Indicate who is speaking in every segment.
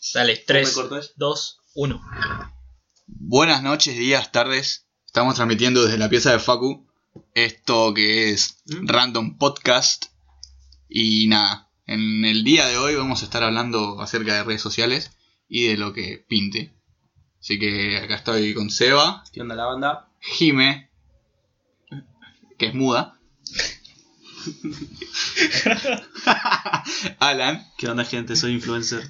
Speaker 1: Sale,
Speaker 2: me
Speaker 1: 3,
Speaker 2: corto eso?
Speaker 1: 2, 1.
Speaker 3: Buenas noches, días, tardes. Estamos transmitiendo desde la pieza de Facu esto que es
Speaker 2: ¿Mm?
Speaker 3: Random Podcast. Y nada, en el día de hoy vamos a estar hablando acerca de redes sociales y de lo que pinte. Así que acá estoy con Seba,
Speaker 2: ¿Qué onda la banda?
Speaker 3: Jime, que es muda. Alan,
Speaker 2: ¿Qué onda, gente? Soy influencer.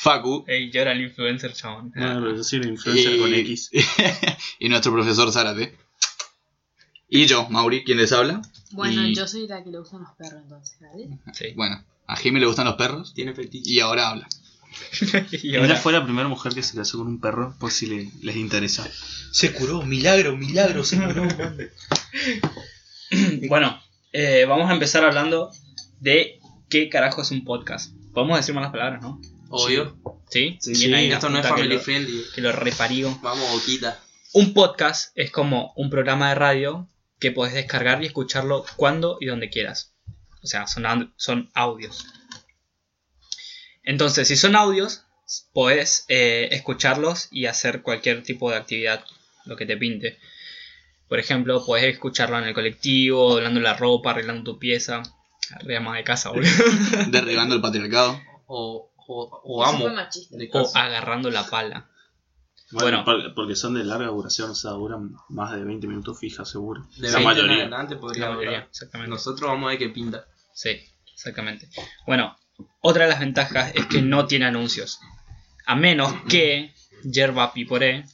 Speaker 3: Facu
Speaker 1: Ey, yo era el influencer, chabón.
Speaker 2: Bueno, pero yo soy un influencer con X.
Speaker 3: y nuestro profesor Zárate. Y yo, Mauri, quien les habla.
Speaker 4: Bueno,
Speaker 3: Y-
Speaker 4: yo soy la que le gustan los perros, entonces, ¿vale?
Speaker 1: Sí.
Speaker 3: Bueno, a Jimmy le gustan los perros
Speaker 2: Tiene fetiche.
Speaker 3: y ahora habla.
Speaker 1: y
Speaker 2: Y ella
Speaker 1: ahora
Speaker 2: fue la primera mujer que se casó con un perro, por si le- les interesa.
Speaker 5: Se curó, milagro, milagro, se curó.
Speaker 1: Bueno, eh, vamos a empezar hablando de qué carajo es un podcast. Podemos decir malas palabras, ¿no?
Speaker 2: Obvio.
Speaker 1: Sí,
Speaker 2: Sí,
Speaker 1: Bien ahí, la
Speaker 2: esto no es
Speaker 1: puta que
Speaker 2: family
Speaker 1: lo-
Speaker 2: friendly.
Speaker 1: Que lo reparigo.
Speaker 2: Vamos, boquita.
Speaker 1: Un podcast es como un programa de radio que podés descargar y escucharlo cuando y donde quieras. O sea, son, au- son audios. Entonces, si son audios, podés eh, escucharlos y hacer cualquier tipo de actividad, lo que te pinte. Por ejemplo, podés escucharlo en el colectivo, doblando la ropa, arreglando tu pieza. Re ama de casa, boludo.
Speaker 3: Derribando el patriarcado.
Speaker 2: O, o, o
Speaker 4: Eso fue
Speaker 2: amo.
Speaker 4: machista.
Speaker 2: de
Speaker 1: O
Speaker 2: casa.
Speaker 1: agarrando la pala. Bueno.
Speaker 6: Bueno, por- porque son de larga duración, o sea, duran más de 20 minutos fija, seguro.
Speaker 2: De 20
Speaker 6: la
Speaker 2: en
Speaker 6: mayoría.
Speaker 2: adelante podría
Speaker 1: La mayoría,
Speaker 2: hablar.
Speaker 1: exactamente.
Speaker 2: Nosotros vamos a ver qué pinta.
Speaker 1: Sí, exactamente. Bueno, otra de las ventajas es que no tiene anuncios. A menos que Yerba Piporé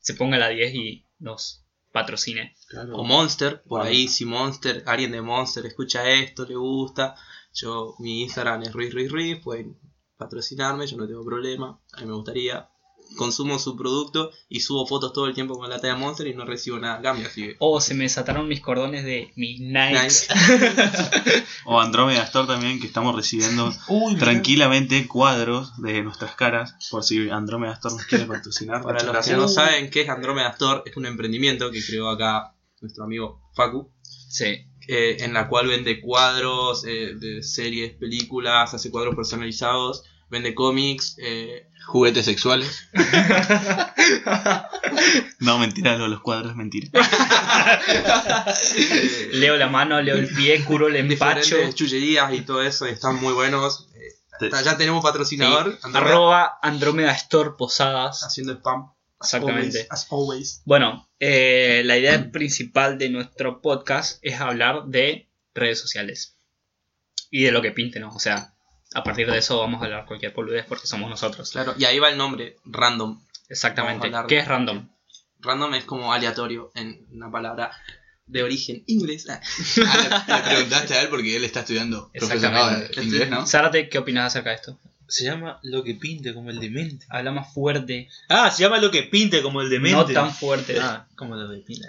Speaker 1: se ponga a la 10 y nos patrocine.
Speaker 6: Claro.
Speaker 2: O Monster, por
Speaker 6: Vamos.
Speaker 2: ahí, si Monster, alguien de Monster escucha esto, le gusta. Yo, mi Instagram es Ruiz Ruiz Ruiz, pueden patrocinarme, yo no tengo problema. A mí me gustaría. Consumo su producto y subo fotos todo el tiempo con la lata de Monster y no recibo nada a cambio, así que.
Speaker 1: Oh, se me desataron mis cordones de mis Nikes.
Speaker 2: Nice.
Speaker 6: O Andromeda Store también, que estamos recibiendo tranquilamente cuadros de nuestras caras, por si Andromeda Store nos quiere patrocinar.
Speaker 2: Para los
Speaker 6: Muchas
Speaker 2: que
Speaker 6: gracias.
Speaker 2: no saben qué es Andromeda Store, es un emprendimiento que creó acá nuestro amigo Facu,
Speaker 1: Sí,
Speaker 2: eh, en la cual vende cuadros eh, de series, películas, hace cuadros personalizados, vende cómics, eh,
Speaker 3: Juguetes sexuales.
Speaker 6: No, mentira, lo de los cuadros es mentira.
Speaker 2: eh,
Speaker 1: leo la mano, leo el pie, curo el empacho.
Speaker 2: diferentes chullerías y todo eso, y están muy buenos. Eh,
Speaker 6: Te-
Speaker 2: hasta ya tenemos
Speaker 1: Sí,
Speaker 2: patrocinador, Andromeda,
Speaker 1: Arroba Andromeda Store Posadas.
Speaker 2: haciendo spam. as
Speaker 1: Exactamente.
Speaker 2: always, As always.
Speaker 1: Bueno, eh, la idea principal de nuestro podcast es hablar de redes sociales y de lo que pintenos. O sea, a partir de eso vamos a hablar cualquier poludez porque somos nosotros.
Speaker 2: Claro, y ahí va el nombre, random.
Speaker 1: Exactamente.
Speaker 2: Vamos a hablar de-
Speaker 1: ¿Qué es random?
Speaker 2: Random es como aleatorio en una palabra de origen inglés. Ah,
Speaker 3: Ah, le, le preguntaste a él porque él está estudiando profesorado de
Speaker 1: Exactamente.
Speaker 3: inglés, ¿no?
Speaker 1: Zárate, ¿qué opinas acerca de esto?
Speaker 5: Se llama Lo que pinte como el demente.
Speaker 1: Habla más fuerte,
Speaker 5: Ah, se llama Lo que pinte como el demente.
Speaker 1: no tan fuerte.
Speaker 5: Ah, como lo que pinte.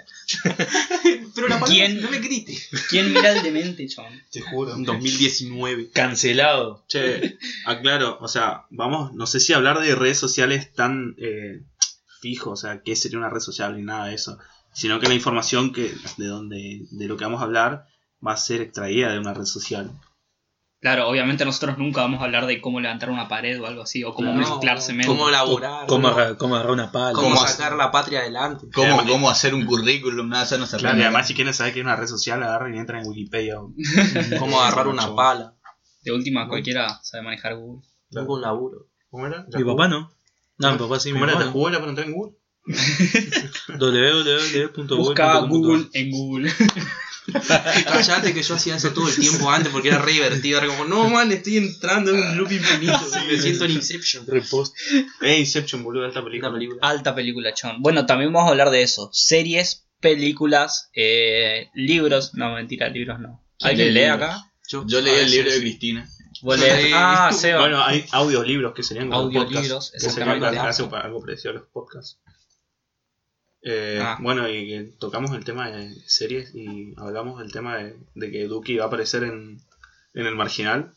Speaker 2: Pero la palabra
Speaker 1: ¿Quién?
Speaker 2: no me grite.
Speaker 1: ¿Quién mira el demente, chon?
Speaker 5: Te juro.
Speaker 2: 2019.
Speaker 5: Cancelado.
Speaker 6: Che, aclaro, o sea, vamos, no sé si hablar de redes sociales tan eh, fijo, o sea, qué sería una red social ni nada de eso, sino que la información que de donde de lo que vamos a hablar va a ser extraída de una red social.
Speaker 1: Claro, obviamente nosotros nunca vamos a hablar de cómo levantar una pared o algo así, o cómo
Speaker 6: Claro.
Speaker 1: mezclar cemento.
Speaker 2: Cómo laburar.
Speaker 5: Como
Speaker 2: ¿no?
Speaker 5: agarrar una pala.
Speaker 2: Cómo
Speaker 3: cómo
Speaker 2: sacar la patria adelante.
Speaker 3: ¿Cómo,
Speaker 6: Claro.
Speaker 3: cómo hacer un currículum? Nada, eso no se
Speaker 6: Claro,
Speaker 3: aprende.
Speaker 6: y además si quieren saber qué es una red social, agarren y entran en Wikipedia. o-
Speaker 2: Cómo agarrar una pala.
Speaker 1: De última, cualquiera sabe manejar Google.
Speaker 2: Nunca un laburo.
Speaker 6: ¿Cómo era?
Speaker 5: Mi papá no. No, mi papá sí, mi
Speaker 6: ¿Cómo era?
Speaker 5: papá
Speaker 6: ¿Te
Speaker 5: no.
Speaker 6: jugó la para entrar en Google?
Speaker 1: Busca
Speaker 5: www.google.com.ar.
Speaker 1: Google en Google.
Speaker 2: Callate que yo hacía eso todo el tiempo antes porque era re divertido. Era como, no man, estoy entrando en un loop infinito. me siento en Inception.
Speaker 6: Repost. Eh, Inception, boludo, esta película.
Speaker 2: Una película.
Speaker 1: Alta película, chon. Bueno, también vamos a hablar de eso. Series, películas, eh, libros. No, mentira, libros no.
Speaker 3: ¿Quién
Speaker 1: ¿Alguien
Speaker 3: lee
Speaker 1: lee
Speaker 3: libros?
Speaker 1: acá?
Speaker 3: Yo leí
Speaker 2: a
Speaker 3: el libro de
Speaker 2: veces-
Speaker 3: Cristina.
Speaker 1: ¿Vos lees?
Speaker 2: Sí.
Speaker 1: Ah, Seba.
Speaker 6: Bueno, hay audiolibros que serían como
Speaker 1: Audiolibros,
Speaker 6: podcasts. Que serían
Speaker 1: exactamente.
Speaker 6: para hacer para algo parecido a los podcasts. Eh,
Speaker 1: Ah.
Speaker 6: Bueno, y eh, tocamos el tema de series y hablamos del tema de, de que Duki va a aparecer en, en el marginal.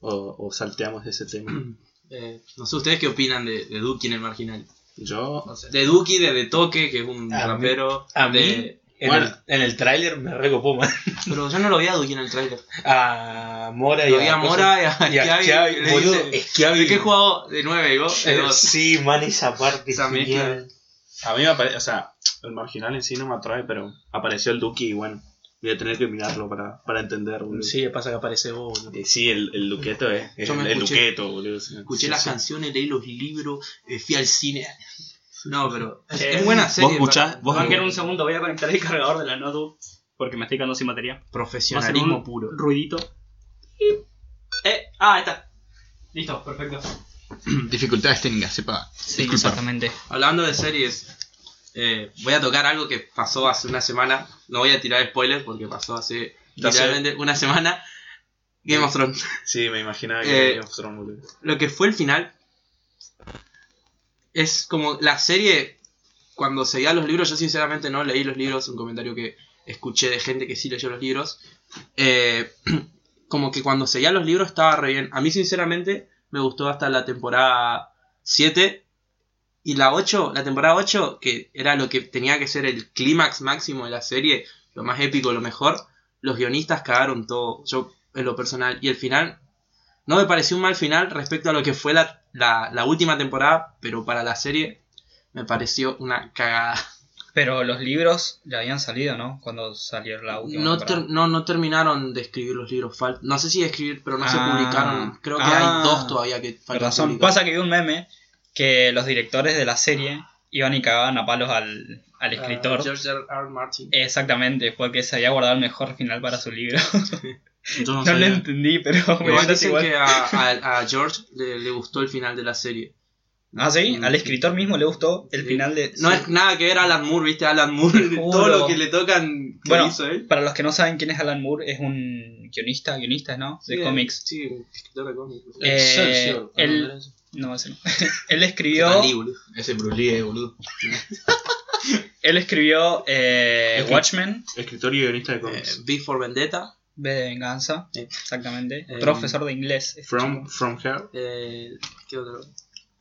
Speaker 6: O, o salteamos ese tema.
Speaker 2: Eh, no sé ustedes qué opinan de, de Duki en el marginal.
Speaker 6: Yo,
Speaker 2: De Duki, de De Toque, que es un
Speaker 5: Ah, A mí-
Speaker 2: rapero.
Speaker 5: a
Speaker 2: de
Speaker 5: En
Speaker 6: Bueno.
Speaker 5: el, en el tráiler me recopó más.
Speaker 2: Pero yo no lo vi a Duki en el trailer.
Speaker 5: A Mora y
Speaker 2: Lo vi a
Speaker 5: cosa-
Speaker 2: Mora y a
Speaker 5: y a Xavi,
Speaker 2: Chiavi.
Speaker 5: boludo, Schiavi-
Speaker 2: ¿De qué jugado? De 9, y vos. De
Speaker 5: Eh,
Speaker 2: dos.
Speaker 5: Sí, man, esa parte.
Speaker 2: Esa
Speaker 5: es genial.
Speaker 6: A mí me parece, o sea, el marginal en sí no me atrae, pero apareció el Duki y bueno, voy a tener que mirarlo para, para entender, boludo.
Speaker 5: Sí, pasa que aparece vos, boludo.
Speaker 6: Eh, sí, el, el Duqueto es, es
Speaker 2: Yo
Speaker 6: el,
Speaker 2: me
Speaker 6: el
Speaker 2: escuché-
Speaker 6: Duqueto, boludo. o sea,
Speaker 2: Escuché
Speaker 6: sí,
Speaker 2: las
Speaker 6: sí.
Speaker 2: canciones, leí los libros, eh, fui al cine. No, pero. Es,
Speaker 7: Eh,
Speaker 2: es buena serie.
Speaker 6: escuchás-
Speaker 2: para-
Speaker 6: vos-
Speaker 2: para-
Speaker 7: Banquen un segundo, voy a conectar el cargador de la notebook porque me estoy quedando sin batería. Va a ser
Speaker 2: Profesionalismo
Speaker 7: un-
Speaker 2: puro.
Speaker 7: Ruidito.
Speaker 2: Eh, ah, ahí está.
Speaker 7: Listo, perfecto.
Speaker 3: Dificultades técnicas, sepa.
Speaker 1: Sí,
Speaker 3: Disculpa.
Speaker 1: exactamente.
Speaker 2: Hablando de series, eh, voy a tocar algo que pasó hace una semana. No voy a tirar spoilers porque pasó hace
Speaker 6: Ya sé.
Speaker 2: literalmente una semana. Game of Thrones.
Speaker 6: Sí, me imaginaba que
Speaker 2: Eh,
Speaker 6: Game of Thrones, boludo.
Speaker 2: Lo que fue el final es como la serie. Cuando seguía los libros, yo sinceramente no leí los libros. Un comentario que escuché de gente que sí leyó los libros. Eh, como que cuando seguía los libros estaba re bien. A mí, sinceramente, me gustó hasta la temporada 7. Y la 8, la temporada 8, que era lo que tenía que ser el clímax máximo de la serie, lo más épico, lo mejor, los guionistas cagaron todo, yo en lo personal. Y el final, no me pareció un mal final respecto a lo que fue la, la- la última temporada, pero para la serie me pareció una cagada.
Speaker 1: Pero los libros ya habían salido, ¿no? Cuando salió la última.
Speaker 2: No,
Speaker 1: temporada.
Speaker 2: ter- no, no terminaron de escribir los libros, fal- no sé si de escribir, pero no se
Speaker 1: Ah.
Speaker 2: publicaron. Creo que
Speaker 1: Ah.
Speaker 2: hay dos todavía que
Speaker 1: Por
Speaker 2: faltan.
Speaker 1: razón.
Speaker 2: publicar.
Speaker 1: Pasa que vi un meme que los directores de la serie iban y cagaban a palos al, al escritor.
Speaker 2: Ah, George R. R. Martin.
Speaker 1: Exactamente, porque se había guardado el mejor final para su libro.
Speaker 6: Yo no
Speaker 1: No lo
Speaker 6: sabía.
Speaker 1: entendí, pero me
Speaker 2: Igual
Speaker 1: parece
Speaker 2: dicen
Speaker 1: igual.
Speaker 2: que a, a- a George le, le gustó el final de la serie.
Speaker 1: Ah, sí,
Speaker 2: Mm,
Speaker 1: al
Speaker 2: sí.
Speaker 1: escritor mismo le gustó el
Speaker 2: Sí.
Speaker 1: final de.
Speaker 2: No
Speaker 1: sí.
Speaker 2: es nada que ver Alan Moore, viste, Alan Moore,
Speaker 1: Te juro.
Speaker 2: todo lo que le tocan que
Speaker 1: Bueno,
Speaker 2: hizo él.
Speaker 1: Para los que no saben quién es Alan Moore, es un guionista, guionista, ¿no? De
Speaker 2: Sí,
Speaker 1: cómics.
Speaker 2: Sí, un escritor de cómics.
Speaker 1: Eh,
Speaker 5: Excelsior.
Speaker 1: el-
Speaker 5: Ah,
Speaker 1: No, ese no. él
Speaker 2: Qué
Speaker 1: escribió.
Speaker 2: tal libro.
Speaker 3: Ese Bruce Lee, eh, boludo.
Speaker 1: Él escribió eh,
Speaker 6: Escri-
Speaker 1: Watchmen,
Speaker 6: Escritor y guionista de
Speaker 2: Eh,
Speaker 6: cómics.
Speaker 2: B for Vendetta.
Speaker 1: B de Venganza,
Speaker 2: Sí.
Speaker 1: exactamente.
Speaker 2: Eh,
Speaker 1: Profesor de inglés. este
Speaker 6: from,
Speaker 1: chico.
Speaker 6: from Hell.
Speaker 2: Eh, ¿Qué otro?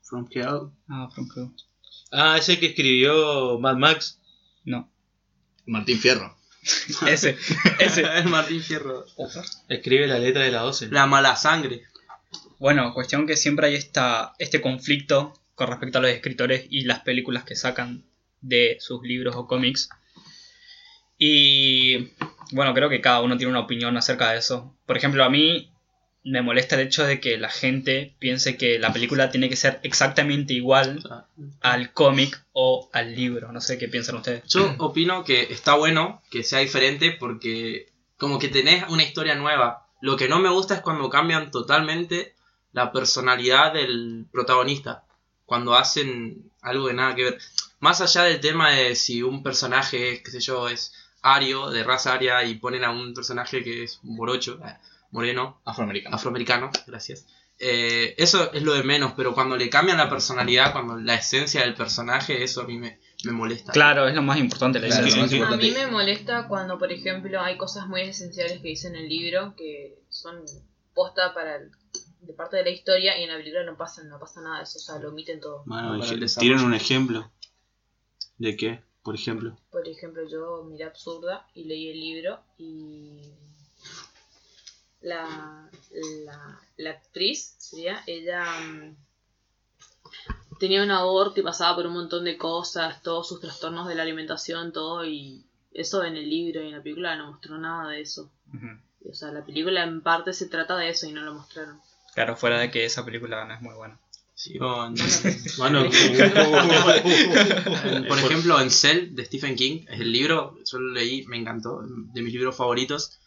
Speaker 6: From Hell.
Speaker 1: Ah, From Hell.
Speaker 5: Ah, ese que escribió Mad Max.
Speaker 1: No,
Speaker 3: Martín Fierro.
Speaker 1: ese, ese.
Speaker 2: El Martín Fierro.
Speaker 5: Escribe la letra de la 12.
Speaker 2: La mala sangre.
Speaker 1: Bueno, cuestión que siempre hay esta, este conflicto con respecto a los escritores y las películas que sacan de sus libros o cómics. Y bueno, creo que cada uno tiene una opinión acerca de eso. Por ejemplo, a mí me molesta el hecho de que la gente piense que la película tiene que ser exactamente igual al cómic o al libro. No sé qué piensan ustedes.
Speaker 2: Yo opino que está bueno que sea diferente porque como que tenés una historia nueva. Lo que no me gusta es cuando cambian totalmente la personalidad del protagonista. Cuando hacen algo que nada que ver. Más allá del tema de si un personaje es, qué sé yo, es ario, de raza aria, y ponen a un personaje que es un morocho, eh, moreno,
Speaker 3: Afroamericano.
Speaker 2: afroamericano, gracias. Eh, eso es lo de menos, pero cuando le cambian la personalidad, cuando la esencia del personaje, eso a mí me, me molesta.
Speaker 1: Claro, es lo más importante. La
Speaker 3: Claro,
Speaker 1: esencia.
Speaker 3: es
Speaker 4: A mí
Speaker 3: importante.
Speaker 4: me molesta cuando, por ejemplo, hay cosas muy esenciales que dicen en el libro que son posta para el- de parte de la historia y en la película no pasa, no pasa nada de eso, o sea, lo omiten todo.
Speaker 6: Mano,
Speaker 2: Para
Speaker 6: ej-
Speaker 2: el desarrollo.
Speaker 6: tienen un ejemplo. ¿De qué? Por ejemplo.
Speaker 4: Por ejemplo, yo miré Absurda y leí el libro y la, la, la actriz, sería, ella mm, tenía un aborto y pasaba por un montón de cosas, todos sus trastornos de la alimentación, todo, y eso en el libro y en la película no mostró nada de eso.
Speaker 1: Ujú.
Speaker 4: O sea, la película en parte se trata de eso y no lo mostraron.
Speaker 1: Claro, fuera de que esa película no es muy buena.
Speaker 2: Sí, o en-
Speaker 6: Mano,
Speaker 2: en- por ejemplo, en Cell de Stephen King, es el libro, yo lo leí, me encantó, de mis libros favoritos.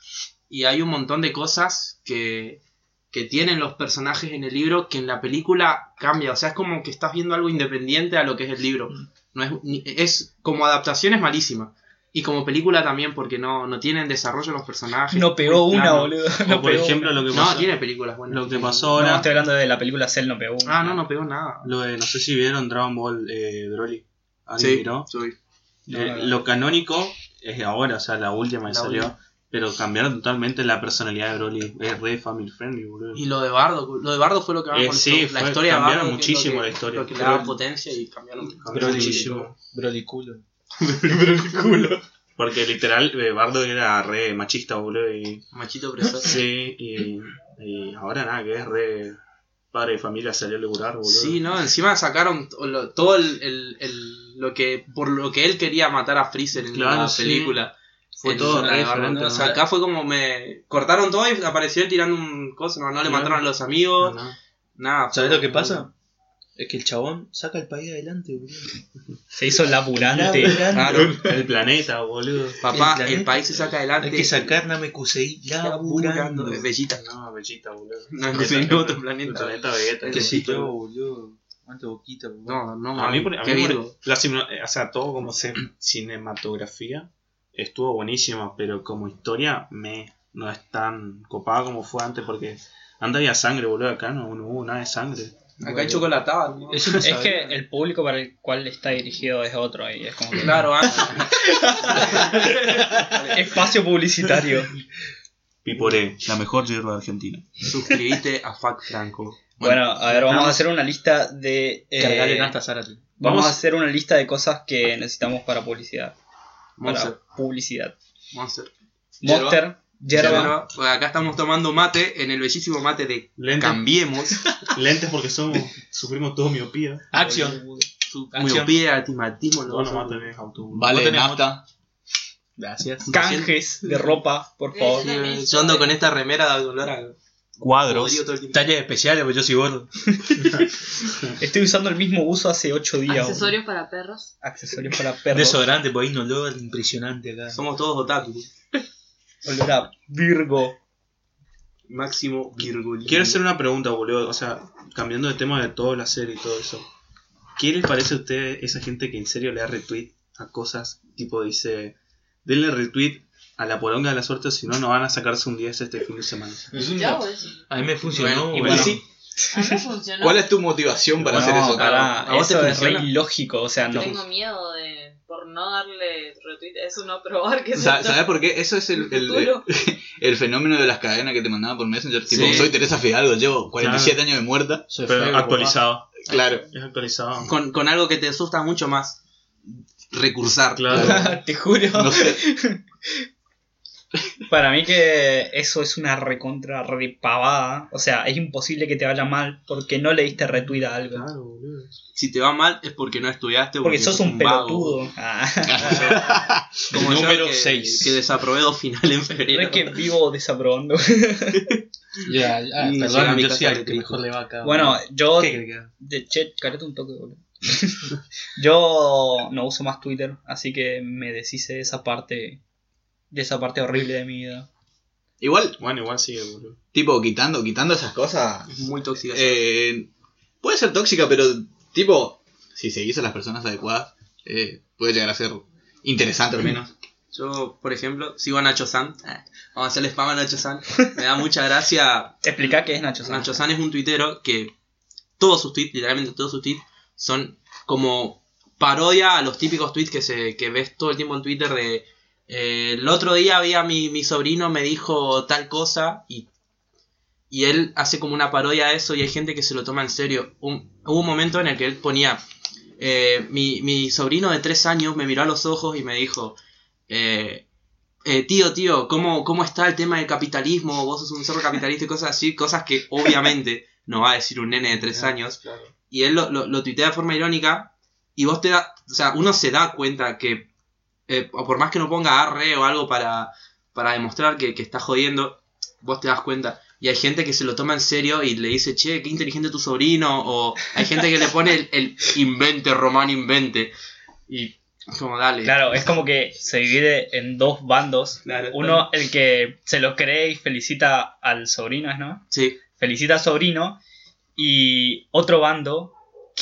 Speaker 2: Y hay un montón de cosas que, que tienen los personajes en el libro que en la película cambia. O sea, es como que estás viendo algo independiente a lo que es el libro.
Speaker 6: Mm.
Speaker 2: No es, ni- es como adaptación es malísima. Y como película también, porque no, no tienen desarrollo los personajes.
Speaker 1: No pegó
Speaker 2: Claro.
Speaker 1: una, boludo. No
Speaker 6: o por
Speaker 1: pegó
Speaker 6: ejemplo, lo que
Speaker 2: No,
Speaker 6: pasó,
Speaker 2: tiene películas buenas.
Speaker 6: lo que pasó
Speaker 1: una. No,
Speaker 6: ahora.
Speaker 1: estoy hablando de la película Cell, no pegó una.
Speaker 2: Ah, no, no pegó nada.
Speaker 6: lo de- no sé si vieron Dragon Ball eh, Broly. ¿Alguien
Speaker 2: Sí,
Speaker 6: miró?
Speaker 2: sí.
Speaker 1: No, no, no.
Speaker 6: Eh, lo canónico es ahora, o sea, la última que
Speaker 2: La
Speaker 6: salió.
Speaker 2: última.
Speaker 6: Pero cambiaron totalmente la personalidad de Broly. Es re family friendly, boludo.
Speaker 2: Y lo de Bardo, lo de Bardo fue lo que
Speaker 6: Eh,
Speaker 2: con
Speaker 6: sí,
Speaker 2: esto. la
Speaker 6: fue-
Speaker 2: historia de Bardo,
Speaker 6: cambiaron
Speaker 2: que es lo que-
Speaker 6: muchísimo la historia.
Speaker 2: Lo que le
Speaker 6: Pero-
Speaker 2: daba potencia y cambiaron.
Speaker 6: Broly,
Speaker 2: muchísimo.
Speaker 5: Brody culo.
Speaker 6: Porque literal, eh, Bardo era re machista, boludo. Y,
Speaker 2: Machito opresor.
Speaker 6: sí, y, y ahora nada, que es re padre de familia, salió a laburar, boludo.
Speaker 2: Sí, no, encima sacaron to- lo- todo el, el- el- lo que por lo que él quería matar a Freezer en
Speaker 6: Claro,
Speaker 2: la
Speaker 6: sí.
Speaker 2: película.
Speaker 6: Fue
Speaker 2: En
Speaker 6: todo
Speaker 2: la
Speaker 6: re
Speaker 2: de Batman,
Speaker 6: diferente,
Speaker 2: ¿no? O sea,
Speaker 6: ¿no?
Speaker 2: acá fue como me cortaron todo y apareció él tirando un coso, no, no le
Speaker 6: Claro.
Speaker 2: mataron a los amigos,
Speaker 6: No, no.
Speaker 2: nada.
Speaker 5: ¿Sabes
Speaker 2: fue
Speaker 5: lo que
Speaker 2: como-
Speaker 5: pasa? Es que el chabón saca el país adelante, boludo.
Speaker 1: Se hizo laburante.
Speaker 2: Claro,
Speaker 6: El planeta, boludo.
Speaker 2: papá,
Speaker 5: El
Speaker 2: el,
Speaker 5: planeta.
Speaker 2: país se saca adelante.
Speaker 5: Hay que sacar Namekusei laburando.
Speaker 2: Es bellita.
Speaker 6: No, bellita, boludo.
Speaker 2: No,
Speaker 6: Vegeta,
Speaker 2: sí, no, otro
Speaker 6: El
Speaker 2: planeta.
Speaker 6: planeta Vegeta.
Speaker 5: Qué
Speaker 2: Que
Speaker 5: sé
Speaker 2: sí,
Speaker 5: yo, boludo. Cuánta boquita, boludo.
Speaker 2: No, no,
Speaker 6: A mí, por- a
Speaker 2: qué
Speaker 6: mí por-
Speaker 2: virgo.
Speaker 6: la cine- o sea, todo como se- cinematografía estuvo buenísima, pero como historia me no es tan copada como fue antes porque antes había sangre, boludo, acá no, no hubo nada de sangre.
Speaker 2: Acá hay chocolatado. ¿no?
Speaker 5: Eso
Speaker 1: Es que el público para el cual está dirigido es otro y es como que
Speaker 2: Claro, antes.
Speaker 1: espacio publicitario.
Speaker 6: Piporé.
Speaker 3: La mejor yerba de Argentina.
Speaker 2: Suscribite a Fac Franco.
Speaker 1: Bueno, a ver, vamos a hacer una lista de eh,
Speaker 5: Cargale Nasta Zárate.
Speaker 1: vamos
Speaker 6: Vamos-
Speaker 1: a hacer una lista de cosas que necesitamos para publicidad,
Speaker 2: Monster.
Speaker 1: para publicidad.
Speaker 2: Monster. Yerba.
Speaker 1: Monster, yerba,
Speaker 2: Yerba. Pues acá estamos tomando mate en el bellísimo mate de
Speaker 6: Lentes,
Speaker 2: Cambiemos.
Speaker 6: lentes porque somos, sufrimos todo miopía.
Speaker 5: Acción.
Speaker 2: Su
Speaker 5: Acción.
Speaker 2: miopía, atimatismo, lo
Speaker 6: No, no,
Speaker 2: vamos a-
Speaker 6: no tenés auto.
Speaker 3: Vale,
Speaker 5: tenemos-
Speaker 3: nafta.
Speaker 5: Gracias.
Speaker 1: canjes de ropa, por favor.
Speaker 4: Sí.
Speaker 2: Sí, Yo ando con este esta remera de olor a
Speaker 3: Cuadros.
Speaker 2: podrido todo el tiempo.
Speaker 5: Tallas especiales, porque yo soy gordo.
Speaker 1: Estoy usando el mismo uso hace 8 días.
Speaker 4: Accesorios para perros.
Speaker 1: Accesorios para perros.
Speaker 5: Desodorante, porque hay un olor impresionante acá.
Speaker 2: Somos todos otaku.
Speaker 1: Olor a Virgo.
Speaker 2: Máximo virgulino.
Speaker 6: Quiero hacer una pregunta, boludo, o sea, cambiando de tema de toda la serie y todo eso. ¿Qué les parece a ustedes esa gente que en serio le da retweet a cosas tipo dice, denle retweet a la poronga de la suerte o si no, no van a sacarse un 10 este fin de semana?
Speaker 4: Yo hago eso.
Speaker 5: A mí me funcionó.
Speaker 2: Bueno, y
Speaker 5: boludo.
Speaker 2: bueno, sí,
Speaker 4: A mí me funcionó.
Speaker 3: ¿Cuál es tu motivación para
Speaker 1: No,
Speaker 3: hacer eso?
Speaker 1: pará,
Speaker 2: ¿A vos te
Speaker 1: eso es re
Speaker 2: funciona?
Speaker 1: ilógico, o sea, no.
Speaker 4: Tengo miedo de, por no darle retweet, a eso no probar que
Speaker 3: Sa-
Speaker 4: se-
Speaker 3: ¿Sabes por qué? Eso es el, el-
Speaker 4: Duro.
Speaker 3: el fenómeno de las cadenas que te mandaban por Messenger. Tipo,
Speaker 2: Sí.
Speaker 3: soy Teresa Fidalgo, llevo 47 años de muerta.
Speaker 5: Soy
Speaker 6: Pero
Speaker 5: feo,
Speaker 6: actualizado.
Speaker 3: Claro.
Speaker 6: Es actualizado.
Speaker 2: con, con algo que te asusta mucho más.
Speaker 3: Recursar.
Speaker 6: Claro.
Speaker 1: Te juro.
Speaker 3: No sé.
Speaker 1: Para mí que eso es una recontra repavada. O sea, es imposible que te vaya mal porque no le diste retweet a
Speaker 5: Ah,
Speaker 1: algo.
Speaker 2: Si te va mal es porque no estudiaste. o
Speaker 1: Porque sos un
Speaker 2: vago.
Speaker 1: pelotudo. Ah,
Speaker 2: Como yo
Speaker 5: Número
Speaker 2: que-
Speaker 5: seis.
Speaker 2: Que desaprobé dos finales en febrero.
Speaker 1: es que vivo desaprobando.
Speaker 5: boludo. Ya, ah,
Speaker 2: Mm, llega a
Speaker 5: perdón,
Speaker 2: mi
Speaker 5: yo
Speaker 2: casa
Speaker 5: soy al
Speaker 2: de
Speaker 5: que
Speaker 2: crítico.
Speaker 5: mejor le va acá.
Speaker 1: Bueno, yo.
Speaker 5: boludo. ¿Qué crees que haga?
Speaker 1: De che, cállate un toque, boludo. yo no uso más Twitter, así que me deshice de esa parte. De esa parte horrible de mi vida.
Speaker 3: Igual,
Speaker 6: Bueno, igual sigue, boludo.
Speaker 3: tipo, quitando, quitando esas cosas.
Speaker 2: Es Muy tóxica.
Speaker 3: eh, puede ser tóxica, pero, tipo, si seguís a las personas adecuadas, eh, puede llegar a ser interesante al menos.
Speaker 2: Yo, por ejemplo, sigo a Nacho San. Eh, Vamos a hacerle spam a Nacho San. Me da mucha gracia.
Speaker 1: Explica qué es Nacho Sanz.
Speaker 2: Nacho San es un tuitero que todos sus tweets, literalmente todos sus tweets, son como parodia a los típicos tweets que, se, que ves todo el tiempo en Twitter de... eh, el otro día había mi, mi sobrino me dijo tal cosa y, y él hace como una parodia a eso y hay gente que se lo toma en serio. Un- hubo un momento en el que él ponía... eh, mi, mi sobrino de tres años me miró a los ojos y me dijo... eh, eh, tío, tío, ¿cómo, ¿cómo está el tema del capitalismo? Vos sos un zorro capitalista y cosas así, cosas que obviamente no va a decir un nene de tres años. Y él lo, lo, lo tuitea de forma irónica y vos te da, o sea, uno se da cuenta que, eh, o por más que no ponga arre o algo para, para demostrar que, que está jodiendo, vos te das cuenta. Y hay gente que se lo toma en serio y le dice, che, qué inteligente tu sobrino, o hay gente que le pone el, el invente, Román, invente. Y es como, dale.
Speaker 1: Claro, es como que se divide en dos bandos.
Speaker 2: Claro,
Speaker 1: Uno, el que se lo cree y felicita al sobrino, ¿no?
Speaker 2: Sí.
Speaker 1: Felicita al sobrino. Y otro bando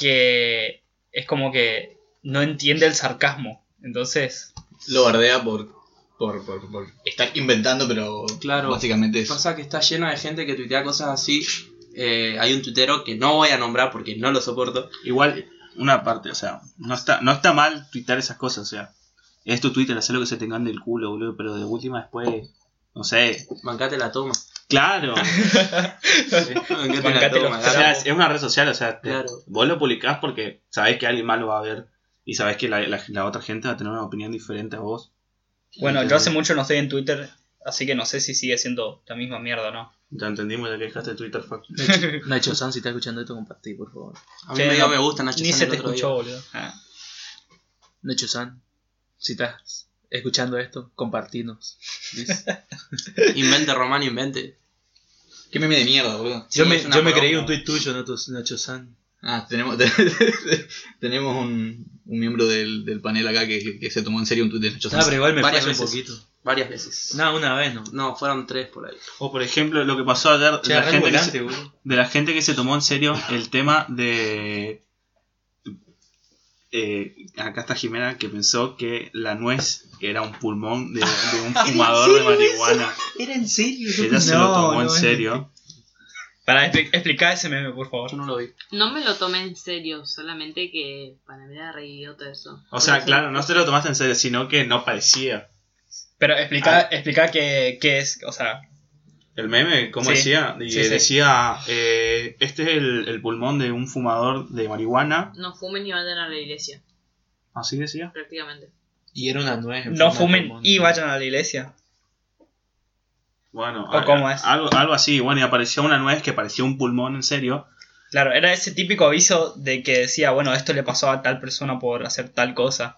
Speaker 1: que es como que no entiende el sarcasmo. Entonces,
Speaker 3: Lo bardea por, por, por, por estar inventando, pero
Speaker 2: Claro.
Speaker 3: básicamente es...
Speaker 2: Pasa que está lleno de gente que tuitea cosas así. Eh, hay un tuitero que no voy a nombrar porque no lo soporto.
Speaker 6: Igual, una parte, o sea, no está, no está mal tuitar esas cosas, o sea, es tu Twitter, hacer lo que se tengan del culo, boludo, pero de última después, no sé.
Speaker 2: Bancate la toma.
Speaker 6: Claro.
Speaker 2: Bancate,
Speaker 1: Bancate los
Speaker 6: O
Speaker 2: agarra-
Speaker 6: sea, es es una red social, o sea, te-
Speaker 2: Claro.
Speaker 6: vos lo publicás porque sabés que alguien más lo va a ver y sabés que la, la- la otra gente va a tener una opinión diferente a vos.
Speaker 1: Bueno, yo
Speaker 2: Mm.
Speaker 1: hace mucho no estoy en Twitter, así que no sé si sigue siendo la misma mierda o no.
Speaker 6: Ya entendimos ya que dejaste Twitter fuck.
Speaker 5: Nacho San, si está escuchando esto, compartí, por favor.
Speaker 2: A mí
Speaker 1: Che,
Speaker 2: me dio
Speaker 1: no,
Speaker 2: me gusta Nacho
Speaker 1: Ni
Speaker 2: San
Speaker 1: se
Speaker 2: el
Speaker 1: te
Speaker 2: otro
Speaker 1: escuchó, boludo. Ah.
Speaker 5: Nacho San, si estás escuchando esto, compartinos.
Speaker 2: día. Invente, Román, invente.
Speaker 3: Qué meme de mierda, boludo.
Speaker 5: yo me,
Speaker 2: es una
Speaker 5: yo me
Speaker 2: poronga.
Speaker 5: creí un tuit tuyo, Nato- Nacho San.
Speaker 3: Ah, tenemos, tenemos un, un miembro del, del panel acá que, que se tomó en serio un tuit de Nacho
Speaker 5: Ah,
Speaker 3: Sanz.
Speaker 5: pero igual me
Speaker 2: Varias
Speaker 5: falla un
Speaker 2: veces.
Speaker 5: poquito.
Speaker 2: Varias veces.
Speaker 5: No, una vez no.
Speaker 2: No, fueron tres por ahí.
Speaker 6: O por ejemplo, lo que pasó ayer
Speaker 5: Che,
Speaker 6: la
Speaker 5: re
Speaker 6: gente que
Speaker 5: volante,
Speaker 6: se-
Speaker 5: boludo.
Speaker 6: de la gente que se tomó en serio el tema de. Eh, acá está Jimena que pensó que la nuez era un pulmón de, de un fumador de marihuana.
Speaker 7: Era en serio.
Speaker 6: Ella se lo tomó en serio.
Speaker 1: Para expli- explicar ese meme, por favor.
Speaker 2: Yo no lo vi.
Speaker 8: No me lo tomé en serio, solamente que para mí era re idiota eso.
Speaker 6: O sea, claro, no se lo tomaste en serio, sino que no parecía.
Speaker 1: Pero explica,
Speaker 2: Ah.
Speaker 1: explica qué, qué es, o sea,
Speaker 6: El meme, como
Speaker 1: Sí.
Speaker 6: decía, y
Speaker 1: Sí, sí.
Speaker 6: decía, eh, este es el, el pulmón de un fumador de marihuana.
Speaker 8: No fumen y vayan a la iglesia,
Speaker 6: Así decía.
Speaker 8: prácticamente.
Speaker 5: Y era una nuez. en
Speaker 1: no
Speaker 5: forma de
Speaker 1: fumen
Speaker 5: pulmón.
Speaker 1: y vayan a la iglesia.
Speaker 6: Bueno,
Speaker 1: ¿O
Speaker 6: a-
Speaker 1: cómo es?
Speaker 6: Algo, algo así. Bueno, y apareció una nuez que parecía un pulmón en serio.
Speaker 1: Claro, era ese típico aviso de que decía, bueno, esto le pasó a tal persona por hacer tal cosa.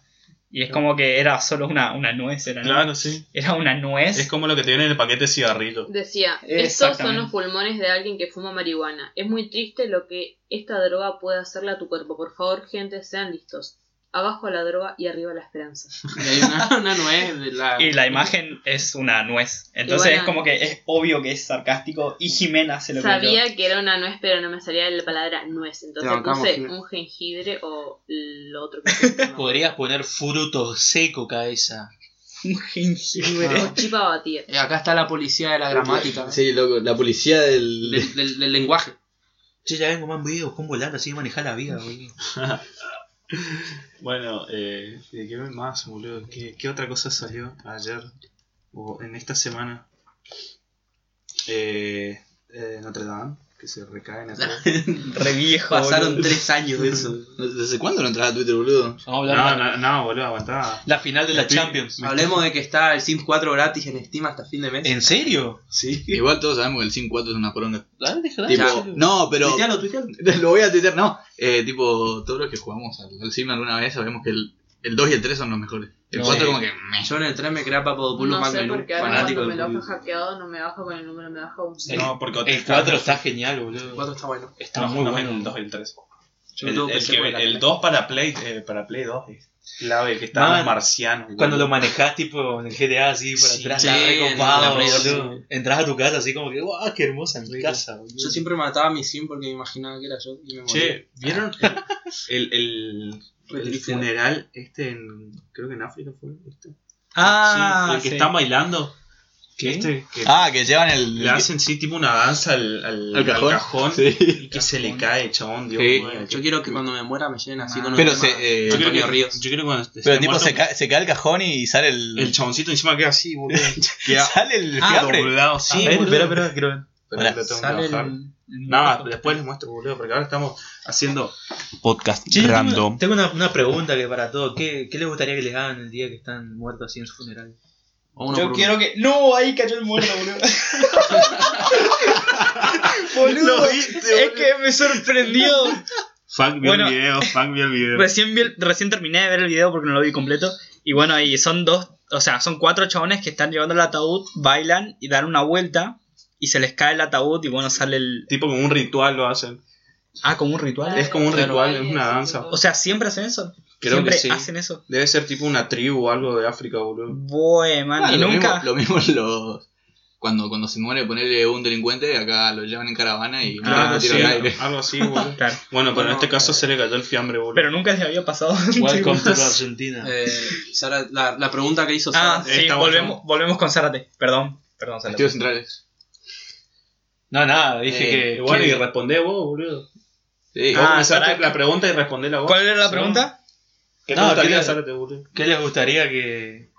Speaker 1: Y es como que era solo una, una nuez, era, ¿no?
Speaker 6: Claro, sí.
Speaker 1: Era una nuez.
Speaker 6: Es como lo que te viene en el paquete de cigarrillo.
Speaker 8: Decía,
Speaker 1: Exactamente.
Speaker 8: estos son los pulmones de alguien que fuma marihuana. Es muy triste lo que esta droga puede hacerle a tu cuerpo. Por favor, gente, sean listos. Abajo la droga y arriba la esperanza.
Speaker 2: Y hay una, una nuez de la.
Speaker 1: Y la imagen es una nuez. Entonces
Speaker 8: Igual a-
Speaker 1: es como que es obvio que es sarcástico y Jimena se lo creyó.
Speaker 8: Sabía que era una nuez, pero no me salía la palabra nuez. Entonces
Speaker 2: Te bancamos,
Speaker 8: puse
Speaker 2: Jimena.
Speaker 8: un jengibre o lo otro que sea.
Speaker 5: Podrías poner fruto seco, cabeza.
Speaker 1: Un jengibre.
Speaker 8: o chipa batida.
Speaker 2: Eh, Ah. acá está la policía de la gramática.
Speaker 3: Sí, loco, la policía del...
Speaker 2: Del, del- del lenguaje.
Speaker 5: Che, ya vengo más videos con volando, así que manejar la vida, boludo.
Speaker 6: Bueno, eh, ¿de ¿qué más, boludo? ¿Qué, qué otra cosa salió ayer o en esta semana? Eh, eh, Notre Dame, que se recae en el
Speaker 1: Re viejo.
Speaker 2: Pasaron
Speaker 1: boludo.
Speaker 2: tres años de eso.
Speaker 3: ¿Desde cuándo no entras a Twitter, boludo?
Speaker 5: Vamos a hablar
Speaker 6: No,
Speaker 5: de la,
Speaker 6: no, no, boludo, aguantá.
Speaker 5: la final de la
Speaker 6: Estoy-
Speaker 5: Champions.
Speaker 2: Hablemos de que está el Sims 4 gratis en Steam hasta fin de mes.
Speaker 5: ¿En serio?
Speaker 6: Sí.
Speaker 3: Igual todos sabemos que el 5-4 es una poronga.
Speaker 5: Ah, deja-
Speaker 3: Tipo,
Speaker 5: en serio.
Speaker 3: no, pero...
Speaker 2: Tuitealo, tuitealo.
Speaker 3: Lo voy a tuitear, no. Eh, tipo, todos los que jugamos al, al Sim alguna vez sabemos que el, el 2 y el 3 son los mejores. El
Speaker 1: No.
Speaker 3: 4
Speaker 1: Sí.
Speaker 3: como que... meh.
Speaker 2: Yo en el 3 me crea Papadopoulos
Speaker 8: No sé
Speaker 2: Magnum,
Speaker 8: por qué ahora
Speaker 2: fanático
Speaker 8: cuando me
Speaker 2: del
Speaker 8: lo baja
Speaker 2: fútbol.
Speaker 8: hackeado no me baja con el número, me baja un cero.
Speaker 6: No, porque
Speaker 5: El 4 está genial, boludo.
Speaker 2: El 4 está bueno.
Speaker 5: Está
Speaker 6: no,
Speaker 5: muy
Speaker 6: no,
Speaker 5: bueno.
Speaker 6: El 2 y el 3.
Speaker 2: Yo
Speaker 6: El,
Speaker 2: lo tuve
Speaker 6: el
Speaker 2: PC
Speaker 6: que-
Speaker 2: por la
Speaker 6: el
Speaker 2: cara.
Speaker 6: 2 para Play, eh, para Play 2 es clave, que está
Speaker 5: Man,
Speaker 6: marciano. boludo.
Speaker 5: Cuando lo manejás tipo en el GTA así por
Speaker 6: Sí,
Speaker 5: atrás,
Speaker 2: sí,
Speaker 5: está
Speaker 2: en
Speaker 5: recopado,
Speaker 2: la Play,
Speaker 5: boludo.
Speaker 2: sí.
Speaker 5: Entras a tu casa así como que, guau, qué hermosa mi
Speaker 2: Rico.
Speaker 5: casa, boludo.
Speaker 2: Yo siempre mataba a mi Sim porque me imaginaba que era yo y me moría.
Speaker 6: Che, ¿vieron el, el, el- el
Speaker 2: Retricida.
Speaker 6: funeral este en. Creo que en África fue este?
Speaker 1: Ah,
Speaker 6: Sí, el que están bailando. Que este, que
Speaker 3: Ah, que llevan el...
Speaker 6: le hacen sí tipo una danza al, al,
Speaker 3: Al cajón.
Speaker 6: al cajón
Speaker 3: Sí.
Speaker 6: y que se le cae, chabón, Dios
Speaker 3: Sí.
Speaker 6: mío.
Speaker 2: Yo quiero que cuando me muera me llenen así
Speaker 1: Ah.
Speaker 2: con un
Speaker 3: Pero
Speaker 2: tema
Speaker 3: se, eh,
Speaker 2: de
Speaker 6: Yo quiero
Speaker 2: Antonio
Speaker 6: que-
Speaker 2: Ríos.
Speaker 6: Yo quiero que cuando esté
Speaker 3: Pero tipo
Speaker 6: muerto,
Speaker 3: se, cae- se cae el cajón y sale el...
Speaker 6: El chaboncito encima queda así, boludo. queda
Speaker 3: sale el
Speaker 6: ah,
Speaker 3: fiambre.
Speaker 6: doblado, sí, boludo.
Speaker 5: creo.
Speaker 6: Pero
Speaker 3: Pará,
Speaker 6: lo tengo que
Speaker 2: Sale
Speaker 6: bajar.
Speaker 2: el-
Speaker 6: Nada, después les muestro, boludo, porque ahora estamos haciendo podcast
Speaker 5: tengo una, tengo una- una pregunta que para todos, ¿qué, ¿qué les gustaría que les hagan el día que están muertos así en su funeral?
Speaker 2: o uno por
Speaker 1: Yo
Speaker 2: uno.
Speaker 1: quiero que. No, ahí cayó el muerto, boludo. boludo. Es que me sorprendió.
Speaker 6: Fuck vio
Speaker 1: Bueno.
Speaker 6: el video, fuck vio el video.
Speaker 1: Recién, vi el- recién terminé de ver el video porque no lo vi completo. Y bueno, ahí son dos, o sea, son cuatro chabones que están llevando el ataúd, bailan y dan una vuelta. Y se les cae el ataúd y bueno, sale el.
Speaker 6: Tipo como un ritual lo hacen.
Speaker 1: Ah, como un ritual.
Speaker 6: Es como un
Speaker 8: Claro,
Speaker 6: ritual,
Speaker 8: vale,
Speaker 6: es una
Speaker 8: sí,
Speaker 6: danza.
Speaker 8: tipo.
Speaker 1: O sea, siempre hacen eso.
Speaker 6: Creo
Speaker 1: siempre
Speaker 6: que sí.
Speaker 1: hacen eso.
Speaker 6: Debe ser tipo una tribu o algo de África, boludo.
Speaker 1: Boe, man.
Speaker 3: Ah,
Speaker 1: y
Speaker 3: lo
Speaker 1: nunca.
Speaker 3: Mismo, lo mismo los- Cuando, cuando se muere ponerle un delincuente, acá lo llevan en caravana y
Speaker 6: Claro,
Speaker 3: lo
Speaker 6: Ah, sí,
Speaker 3: tiran al aire.
Speaker 6: algo así, boludo.
Speaker 1: Claro.
Speaker 6: Bueno, pero
Speaker 2: Bueno,
Speaker 6: en este caso
Speaker 2: eh,
Speaker 6: se le cayó el fiambre, boludo.
Speaker 1: Pero nunca les había pasado.
Speaker 5: Welcome to
Speaker 1: Tipo,
Speaker 5: Argentina.
Speaker 2: Eh, Sara, la, la pregunta que hizo Sara.
Speaker 1: Ah, sí,
Speaker 6: Estamos-
Speaker 1: volvemos, volvemos con Zárate. Perdón, perdón, Zárate.
Speaker 3: Estudios centrales.
Speaker 5: No, nada, dije
Speaker 6: Eh,
Speaker 5: que...
Speaker 6: y bueno,
Speaker 5: que-
Speaker 6: y respondé vos, boludo.
Speaker 3: Sí.
Speaker 6: vos
Speaker 1: Ah,
Speaker 6: comenzaste
Speaker 1: pará.
Speaker 6: la pregunta y respondé la vos.
Speaker 1: ¿Cuál era la
Speaker 6: Sí.
Speaker 1: pregunta?
Speaker 6: ¿Qué
Speaker 5: No,
Speaker 6: no, te
Speaker 5: quería-
Speaker 6: gustaría hacerte, boludo?
Speaker 5: ¿Qué les gustaría que,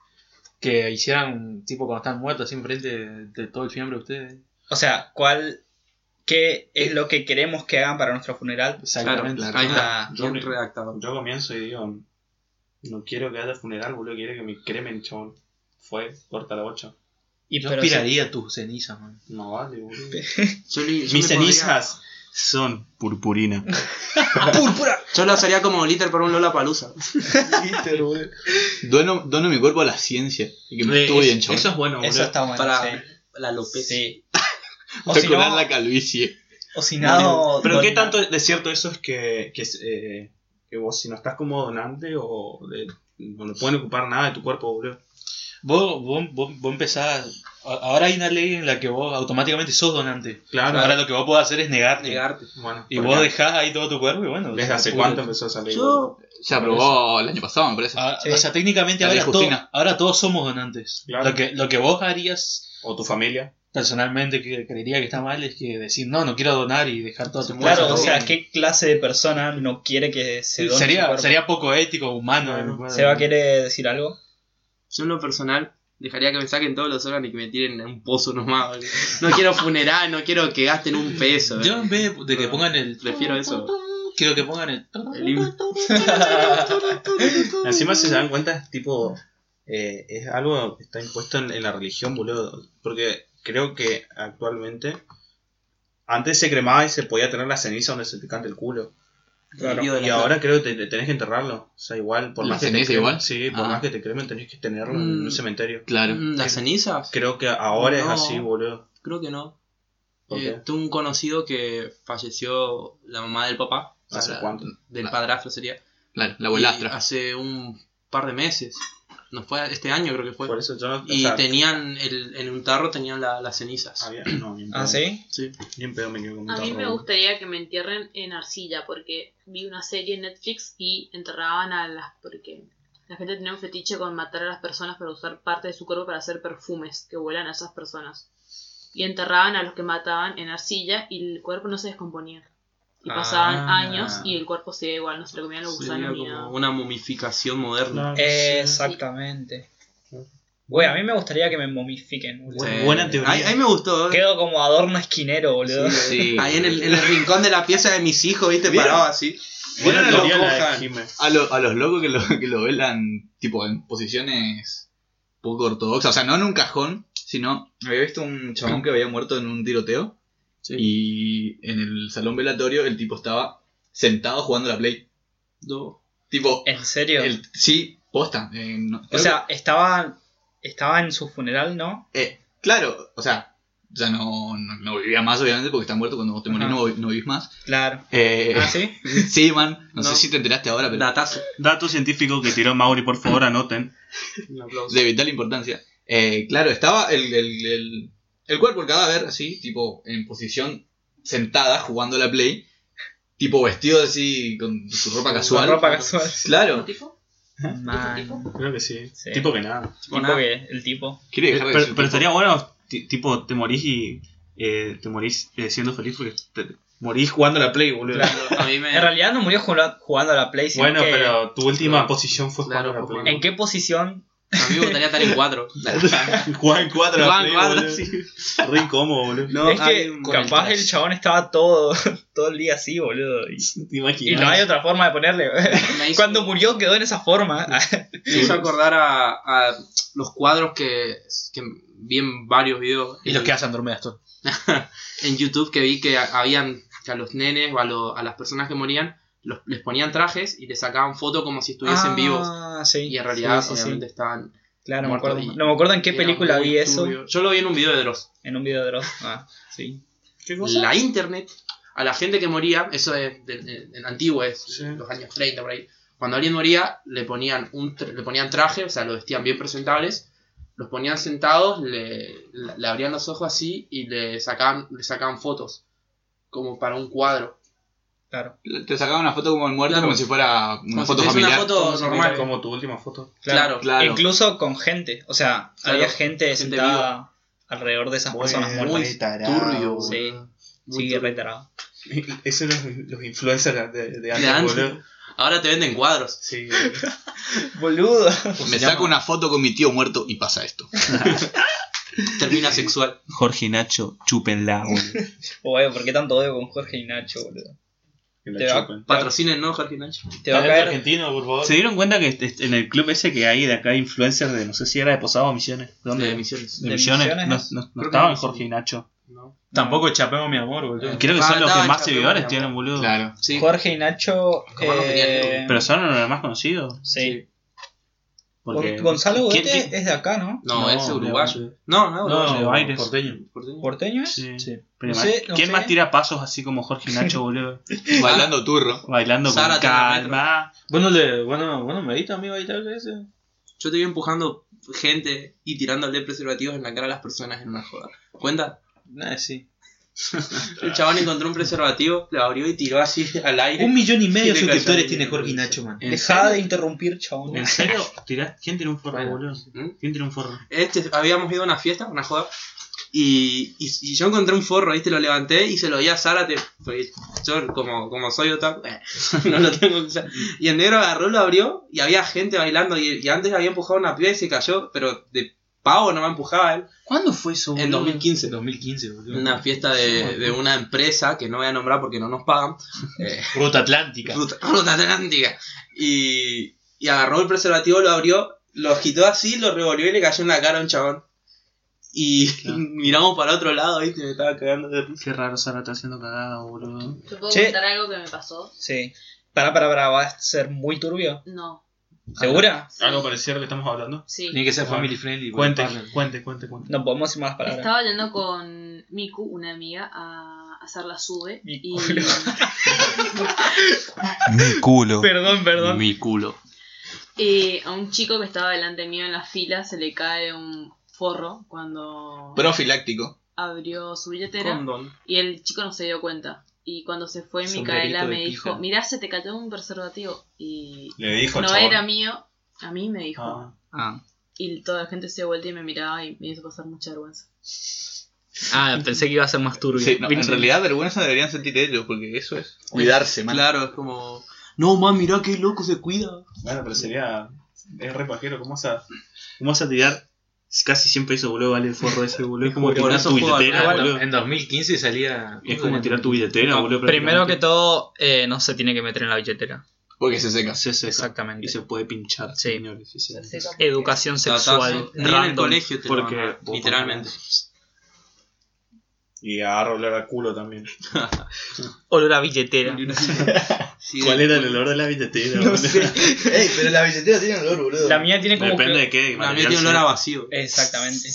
Speaker 5: que hicieran, tipo, cuando están muertos, así enfrente de, de todo el fiambre de ustedes?
Speaker 1: O sea, ¿cuál. ¿Qué es lo que queremos que hagan para nuestro funeral?
Speaker 2: claro,
Speaker 5: Exactamente.
Speaker 2: ahí
Speaker 1: Ah,
Speaker 2: está, bien
Speaker 6: yo-
Speaker 2: redactado.
Speaker 6: Yo comienzo y digo, no quiero que haya funeral, boludo, quiero que me cremen, chabón.
Speaker 5: fue, corta la bocha.
Speaker 1: Y
Speaker 5: Yo
Speaker 1: pero
Speaker 5: aspiraría tus cenizas, man.
Speaker 6: No vale, boludo.
Speaker 2: Yo le- yo
Speaker 6: Mis
Speaker 2: le pondría-
Speaker 6: cenizas son purpurina.
Speaker 1: Ah,
Speaker 2: Yo lo usaría como glitter para un Lola Palusa.
Speaker 3: Dono, dono mi cuerpo a la ciencia y que me
Speaker 6: Eh,
Speaker 3: estudien,
Speaker 6: es-
Speaker 3: chaval.
Speaker 6: Eso es bueno, boludo.
Speaker 1: Eso está bueno.
Speaker 2: Para la
Speaker 1: Ah, sí.
Speaker 2: alopecia.
Speaker 1: Sí. O si,
Speaker 3: Recular
Speaker 1: no,
Speaker 3: la calvicie.
Speaker 1: o si
Speaker 6: Vale.
Speaker 1: no.
Speaker 6: Pero
Speaker 1: don-
Speaker 6: qué tanto de cierto eso es que, que, es, eh, que vos si no estás como donante o de- no le pueden ocupar nada de tu cuerpo, boludo.
Speaker 5: Vos, vos, vos, vos empezás. a- Ahora hay una ley en la que vos automáticamente sos donante.
Speaker 6: Claro.
Speaker 5: Ahora lo que vos podés hacer es negarte.
Speaker 2: Negarte.
Speaker 6: Bueno,
Speaker 5: Y
Speaker 6: Ah, porque
Speaker 5: vos dejás ahí todo tu cuerpo y bueno.
Speaker 6: desde hace
Speaker 5: puta.
Speaker 6: cuánto empezó a salir.
Speaker 2: Yo,
Speaker 3: Se aprobó el año pasado, me parece.
Speaker 5: Ah,
Speaker 1: Sí.
Speaker 5: O sea, técnicamente
Speaker 3: La ley
Speaker 5: ahora, to-
Speaker 3: Justina.
Speaker 5: ahora todos somos donantes.
Speaker 6: Claro.
Speaker 5: Lo, que, lo que vos harías
Speaker 6: O tu familia.
Speaker 5: personalmente que creería que está mal es que decir no, no quiero donar y dejar todo tu cuerpo.
Speaker 1: Claro, o sea, ¿qué clase de persona no quiere que se done su
Speaker 5: sería,
Speaker 1: cuerpo?
Speaker 5: sería poco ético, humano.
Speaker 2: Bueno,
Speaker 1: ¿Seba quiere decir algo?
Speaker 2: yo en lo personal, dejaría que me saquen todos los órganos y que me tiren en un pozo nomás. boludo. No quiero funeral, no quiero que gasten un peso.
Speaker 5: Yo
Speaker 2: boludo.
Speaker 5: en vez de- de que pongan el.
Speaker 2: Prefiero eso.
Speaker 5: Quiero que pongan el.
Speaker 2: El himno.
Speaker 6: Encima, si se dan cuenta, es tipo. eh, es algo que está impuesto en, en la religión, boludo. Porque creo que actualmente. Antes se cremaba y se podía tener la ceniza donde se te canta el culo.
Speaker 2: El lío de la
Speaker 6: Y
Speaker 2: plata.
Speaker 6: ahora creo que te- tenés que enterrarlo. O sea, igual, por
Speaker 3: ¿La
Speaker 6: más que te
Speaker 3: ceniza
Speaker 6: cremen,
Speaker 3: igual?
Speaker 6: Sí, por
Speaker 3: Ah.
Speaker 6: más que te cremen, tenés que tenerlo en
Speaker 2: Mm.
Speaker 6: un cementerio.
Speaker 3: Claro.
Speaker 2: Mm, ¿Las cenizas?
Speaker 6: Creo que ahora
Speaker 2: No.
Speaker 6: es así, boludo.
Speaker 2: Creo que no.
Speaker 6: ¿Por
Speaker 2: Eh,
Speaker 6: qué?
Speaker 2: tuve un conocido que falleció la mamá del papá. o sea,
Speaker 6: ¿Hace
Speaker 2: la-
Speaker 6: cuánto?
Speaker 2: Del
Speaker 3: Ah.
Speaker 2: padrastro sería.
Speaker 3: Claro, la
Speaker 2: Y
Speaker 3: abuelastra.
Speaker 2: Hace un par de meses. No fue este año creo que fue.
Speaker 6: Por eso yo no. o
Speaker 2: Y
Speaker 6: sea,
Speaker 2: tenían el, en un tarro tenían la- las cenizas.
Speaker 6: había- no, ni en pedo.
Speaker 1: ¿Ah, sí?
Speaker 2: Sí.
Speaker 6: Ni en pedo me quedo con un
Speaker 8: A mí
Speaker 6: tarro,
Speaker 8: me
Speaker 6: boludo.
Speaker 8: gustaría que me entierren en arcilla porque vi una serie en Netflix y enterraban a las porque la gente tenía un fetiche con matar a las personas para usar parte de su cuerpo para hacer perfumes que vuelan a esas personas. Y enterraban a los que mataban en arcilla y el cuerpo no se descomponía. Y pasaban
Speaker 1: Ah.
Speaker 8: años y el cuerpo seguía igual, no se lo comían los
Speaker 2: Sería
Speaker 8: gusanos ni
Speaker 2: como
Speaker 8: nada.
Speaker 2: una momificación moderna.
Speaker 1: Exactamente. Güey, a mí me gustaría que me momifiquen, boludo.
Speaker 6: Bueno, buena teoría.
Speaker 2: Ahí, ahí me gustó. ¿eh?
Speaker 1: Quedo como adorno esquinero, boludo.
Speaker 3: Sí.
Speaker 2: Ahí en el, en el rincón de la pieza de mis hijos, viste, parado así.
Speaker 6: Buena
Speaker 2: Bueno,
Speaker 6: teoría
Speaker 2: lo
Speaker 6: la de
Speaker 2: cojan.
Speaker 6: Jime.
Speaker 3: A, lo- a los locos que lo, que lo velan, tipo, en posiciones poco ortodoxas. O sea, no en un cajón, sino. Había visto un chabón que había muerto en un tiroteo. Y en el salón velatorio, el tipo estaba sentado jugando a la Play.
Speaker 2: No.
Speaker 3: Tipo,
Speaker 1: ¿En serio?
Speaker 3: el, sí, posta. eh, no-
Speaker 1: o
Speaker 3: creo
Speaker 1: sea, estaba, estaba en su funeral, ¿no?
Speaker 3: que- eh, claro, o sea, ya no, no, no vivía más, obviamente, porque está muerto cuando vos te morís,
Speaker 1: Ajá.
Speaker 3: no, no vivís más.
Speaker 1: Claro.
Speaker 3: Eh,
Speaker 1: ¿Ah, sí?
Speaker 3: sí, man, no,
Speaker 2: No.
Speaker 3: sé si te enteraste ahora, pero
Speaker 2: Datazo.
Speaker 6: Dato científico que tiró Mauri, por favor, anoten.
Speaker 2: Un aplauso.
Speaker 3: de vital importancia. Eh, claro, estaba el, el, el, el cuerpo, el cadáver, así, tipo, en posición sentada, jugando a la play, tipo vestido así, con su ropa
Speaker 1: Con
Speaker 3: casual.
Speaker 1: ropa casual.
Speaker 3: Claro,
Speaker 1: Man.
Speaker 6: Creo que sí.
Speaker 1: Sí.
Speaker 6: Tipo que nada.
Speaker 1: Tipo
Speaker 2: Nada.
Speaker 1: que el tipo.
Speaker 3: quiere dejar
Speaker 6: Pero,
Speaker 3: de
Speaker 6: pero
Speaker 3: ser tipo-
Speaker 6: estaría bueno, ti- tipo, te morís y eh, te morís eh, siendo feliz porque te morís jugando a la Play, boludo.
Speaker 2: A mí me.
Speaker 1: En realidad no murió jugando jugando a la Play, sino
Speaker 6: Bueno,
Speaker 1: que-
Speaker 6: pero tu última
Speaker 2: Claro.
Speaker 6: posición fue
Speaker 2: Claro,
Speaker 6: jugando a la
Speaker 2: fue
Speaker 6: Play.
Speaker 1: ¿En qué posición?
Speaker 2: A mí me gustaría estar en cuatro.
Speaker 6: Juan Cuadra.
Speaker 2: Juan
Speaker 6: Play,
Speaker 2: Cuadra,
Speaker 6: boludo. Re incómodo, boludo.
Speaker 2: No,
Speaker 1: es
Speaker 2: hay
Speaker 1: que
Speaker 2: un- con
Speaker 1: capaz el,
Speaker 2: trash.
Speaker 1: chabón estaba todo, todo el día así, boludo. Y,
Speaker 6: Te
Speaker 1: y no
Speaker 6: imaginas.
Speaker 1: hay otra forma de ponerle.
Speaker 2: Me hizo-
Speaker 1: Cuando murió quedó en esa forma. Ah,
Speaker 2: Me hizo acordar a, a los cuadros que, que vi en varios videos
Speaker 5: Y los que hacen dormir esto.
Speaker 2: en YouTube que vi que a- habían que a los nenes o a, lo- a las personas que morían los- les ponían trajes y les sacaban fotos como si estuviesen vivos.
Speaker 1: Ah, sí.
Speaker 2: Y en realidad
Speaker 1: Sí, sí, sí.
Speaker 2: obviamente estaban...
Speaker 1: Claro, me
Speaker 2: muerto
Speaker 1: acuerdo.
Speaker 2: y-
Speaker 1: No me acuerdo en qué
Speaker 2: era
Speaker 1: película
Speaker 2: muy
Speaker 1: vi eso.
Speaker 2: turbio. Yo lo vi en un video de Dross.
Speaker 1: En un video de Dross. Ah, sí.
Speaker 2: La internet, a la gente que moría, eso es de- de- en antiguo, es
Speaker 6: Sí.
Speaker 2: los años 30 por ahí. Cuando alguien moría, le ponían, un tr- le ponían traje, o sea, lo vestían bien presentables, los ponían sentados, le, le- le abrían los ojos así y le sacaban, le sacaban fotos, como para un cuadro.
Speaker 1: Claro.
Speaker 3: Te sacaba una foto como el muerto,
Speaker 2: Claro.
Speaker 3: como si fuera una
Speaker 2: Como si
Speaker 3: foto
Speaker 2: tuviese
Speaker 3: familiar.
Speaker 2: una foto
Speaker 1: Como
Speaker 2: normal.
Speaker 6: Como tu última foto.
Speaker 2: Claro,
Speaker 3: Claro.
Speaker 1: Incluso con gente. O sea,
Speaker 2: Claro,
Speaker 1: había gente,
Speaker 2: gente
Speaker 1: sentada alrededor de esas personas
Speaker 6: Bueno,
Speaker 1: muertas.
Speaker 6: muy tarado,
Speaker 2: Turbio,
Speaker 6: boludo.
Speaker 1: Sí.
Speaker 2: Muy
Speaker 1: Sí,
Speaker 2: turbio.
Speaker 1: reiterado.
Speaker 6: Eso los, los influencers de, de antes,
Speaker 2: antes.
Speaker 6: boludo.
Speaker 2: Ahora te venden cuadros.
Speaker 6: Sí.
Speaker 1: Boludo.
Speaker 3: Me saco una foto con mi tío muerto y pasa esto.
Speaker 2: Termina sexual.
Speaker 6: Jorge y Nacho, chúpenla, boludo.
Speaker 1: Oye, ¿por qué tanto odio con Jorge y Nacho, boludo?
Speaker 6: Que la
Speaker 1: Te va-
Speaker 6: chupen.
Speaker 2: Patrocinen, ¿no, Jorge Nacho?
Speaker 1: Te va a
Speaker 5: Talento
Speaker 1: caer.
Speaker 5: argentino, por favor.
Speaker 6: ¿Se dieron cuenta que este- este- en el club ese que hay de acá influencers de no sé si era de Posadas o Misiones? ¿De dónde?
Speaker 2: De
Speaker 6: De,
Speaker 2: Misiones.
Speaker 1: de
Speaker 6: Misiones.
Speaker 1: Misiones
Speaker 6: No-
Speaker 1: es.
Speaker 6: no- no
Speaker 2: Creo que
Speaker 6: estaban
Speaker 2: no, sí.
Speaker 6: Jorge y Nacho.
Speaker 2: ¿No?
Speaker 5: Tampoco chapemos mi amor, boludo.
Speaker 6: Creo que
Speaker 2: Ah,
Speaker 6: son los que
Speaker 2: estaban
Speaker 6: más
Speaker 2: Chapecoense,
Speaker 6: seguidores
Speaker 2: ¿no?
Speaker 6: tienen, boludo.
Speaker 3: Claro.
Speaker 2: Sí.
Speaker 1: Jorge y Nacho.
Speaker 2: Capaz no tenía
Speaker 1: eh,
Speaker 2: ni idea.
Speaker 6: Pero son los más conocidos.
Speaker 1: sí.
Speaker 6: Porque-
Speaker 1: Gon- Gonzalo
Speaker 6: ¿Quién-
Speaker 1: Goete
Speaker 6: quién-
Speaker 1: es de acá, ¿no?
Speaker 2: No,
Speaker 5: No,
Speaker 2: ese es
Speaker 5: de
Speaker 2: uruguayo. No, no,
Speaker 5: No,
Speaker 2: uruguayo.
Speaker 5: no,
Speaker 6: Aires.
Speaker 5: porteño.
Speaker 2: porteño.
Speaker 1: ¿Porteño es?
Speaker 6: Sí.
Speaker 5: Sí.
Speaker 6: Pero
Speaker 1: No
Speaker 6: man,
Speaker 1: sé, no
Speaker 6: ¿Quién
Speaker 1: sé.
Speaker 6: más tira pasos así como Jorge y Nacho, boludo?
Speaker 3: Bailando turro.
Speaker 6: Bailando con
Speaker 2: Zárate en la metro.
Speaker 6: calma.
Speaker 5: Bueno, le, bueno, bueno, medita, amigo, ahí tal vez. eh.
Speaker 2: Yo te voy empujando gente y tirándole preservativos en la cara a las personas en una joda. ¿Cuenta?
Speaker 5: Nah, sí.
Speaker 2: El chabón encontró un preservativo, lo abrió y tiró así al aire.
Speaker 5: Un millón y medio de
Speaker 2: Sí, le
Speaker 5: suscriptores
Speaker 2: cayó
Speaker 5: tiene
Speaker 2: bien,
Speaker 5: Jorge y
Speaker 2: boludo.
Speaker 5: Nacho, man.
Speaker 6: ¿En
Speaker 1: Dejá
Speaker 6: serio?
Speaker 1: de interrumpir, chabón.
Speaker 6: ¿En serio? ¿Tirás- ¿Quién tiró un forro,
Speaker 5: Bueno.
Speaker 6: boludo?
Speaker 2: ¿Mm?
Speaker 6: ¿Quién tiró un forro?
Speaker 2: Este, habíamos ido a una fiesta, una joda, y, y, y yo encontré un forro, ¿viste? Lo levanté y se lo di a Zárate. porque yo, como, como soy otaku, no lo tengo que usar. Y el negro agarró, lo abrió y había gente bailando. Y, y antes había empujado una piba y se cayó, pero de pavo no me empujaba él.
Speaker 6: ¿Cuándo fue eso,
Speaker 2: En 2015.
Speaker 5: 2015, boludo.
Speaker 2: Una fiesta de, de una empresa que no voy a nombrar porque no nos pagan. eh,
Speaker 5: Ruta Atlántica.
Speaker 2: Ruta, ruta atlántica. Y, y agarró el preservativo, lo abrió, lo agitó así, lo revolvió y le cayó en la cara a un chabón. Y
Speaker 6: Claro.
Speaker 2: miramos para otro lado, ¿viste? Me estaba cagando de risa.
Speaker 6: Qué raro Sara está haciendo cagada, boludo.
Speaker 8: ¿Te puedo
Speaker 1: Che.
Speaker 8: contar algo que me pasó?
Speaker 1: Sí. Para, para, para, va a ser muy turbio.
Speaker 8: No.
Speaker 1: ¿Segura?
Speaker 6: ¿Algo parecido a lo que estamos hablando?
Speaker 8: Sí.
Speaker 5: Tiene que ser family friendly.
Speaker 6: Cuente,
Speaker 5: boludo.
Speaker 6: cuente, cuente, cuente.
Speaker 1: No podemos decir más palabras.
Speaker 8: Estaba yendo con Miku, una amiga, a hacer la sube.
Speaker 1: Mi
Speaker 8: y
Speaker 1: culo.
Speaker 9: Mi culo.
Speaker 1: Perdón, perdón.
Speaker 2: Mi culo.
Speaker 8: eh, a un chico que estaba delante mío en la fila se le cae un forro cuando
Speaker 3: Profiláctico.
Speaker 8: abrió su billetera.
Speaker 2: Condón.
Speaker 8: Y el chico no se dio cuenta. Y cuando se fue,
Speaker 5: Sombrerito
Speaker 8: Micaela
Speaker 5: de
Speaker 8: me dijo,
Speaker 5: pija.
Speaker 8: mirá, se te cayó un preservativo. Y
Speaker 6: Le dijo
Speaker 8: no era mío, a mí me dijo.
Speaker 6: Ah.
Speaker 1: Ah,
Speaker 8: Y toda la gente se dio vuelta y me miraba y me hizo pasar mucha vergüenza.
Speaker 1: Ah, pensé que iba a ser más turbio.
Speaker 3: Sí, no, en
Speaker 1: Vincent.
Speaker 3: realidad vergüenza deberían sentir ellos, porque eso es cuidarse, man.
Speaker 2: Claro, es como. No, man, mirá qué loco se cuida.
Speaker 6: Bueno, pero sería. Es re pajero. ¿Cómo vas a, cómo vas a tirar? Casi siempre eso, boludo, vale el forro ese, boludo. Es como
Speaker 2: Por
Speaker 6: tirar
Speaker 2: eso
Speaker 6: tu
Speaker 2: juego al
Speaker 6: billetera,
Speaker 2: fútbol.
Speaker 6: boludo.
Speaker 5: En 2015 salía.
Speaker 6: Es como tirar tu billetera,
Speaker 1: No,
Speaker 6: boludo.
Speaker 1: primero que
Speaker 6: prácticamente.
Speaker 1: todo, eh, no se tiene que meter en la billetera.
Speaker 3: Porque se seca.
Speaker 6: Se seca
Speaker 1: Exactamente.
Speaker 6: Y se puede pinchar,
Speaker 1: Sí.
Speaker 6: señores. sí, sí.
Speaker 1: Educación sexual.
Speaker 2: Ni en el
Speaker 1: random.
Speaker 2: colegio te lo
Speaker 6: porque-
Speaker 2: van a dar, literalmente.
Speaker 6: Y agarro olor a culo también.
Speaker 1: Olor a billetera.
Speaker 2: Sí,
Speaker 6: ¿Cuál era el olor de la billetera? boludo?
Speaker 3: Ey, pero la billetera tiene olor, boludo.
Speaker 1: La mía tiene como.
Speaker 6: Depende
Speaker 1: que-
Speaker 6: de qué.
Speaker 2: La mía
Speaker 6: material
Speaker 2: tiene olor a
Speaker 6: sea.
Speaker 2: vacío.
Speaker 1: Eh, Exactamente.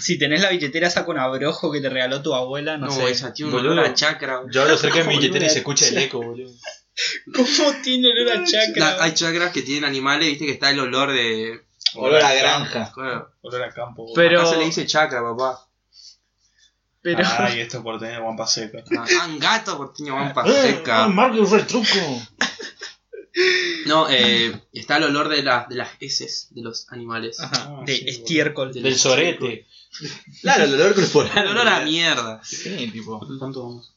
Speaker 1: Si tenés la billetera esa con abrojo que te regaló tu abuela, no,
Speaker 2: No,
Speaker 1: sé.
Speaker 2: esa tiene un
Speaker 5: Boludo.
Speaker 2: olor a chacra.
Speaker 5: Yo hablo cerca de mi billetera y se escucha el eco, boludo.
Speaker 1: ¿Cómo tiene olor a chakra?
Speaker 2: La- hay chacras que tienen animales, viste que está el olor de.
Speaker 3: Olor a granja.
Speaker 2: Bueno,
Speaker 6: Olor a campo. boludo.
Speaker 1: Pero-
Speaker 2: Acá se le dice chacra, papá.
Speaker 1: Pero.
Speaker 6: Ah, Ay, esto por tener guampa seca.
Speaker 2: Ah, un gato porteño guampa seca.
Speaker 5: Mario fue el truco.
Speaker 2: No, eh, está el olor de, las de las heces de los animales.
Speaker 1: Ajá,
Speaker 6: Ah,
Speaker 1: de
Speaker 6: sí, boludo.
Speaker 1: estiércol.
Speaker 5: Del sorete.
Speaker 3: Claro, el olor corporal.
Speaker 2: El olor a mierda.
Speaker 3: Sí, tipo.
Speaker 6: ¿Cuánto vamos?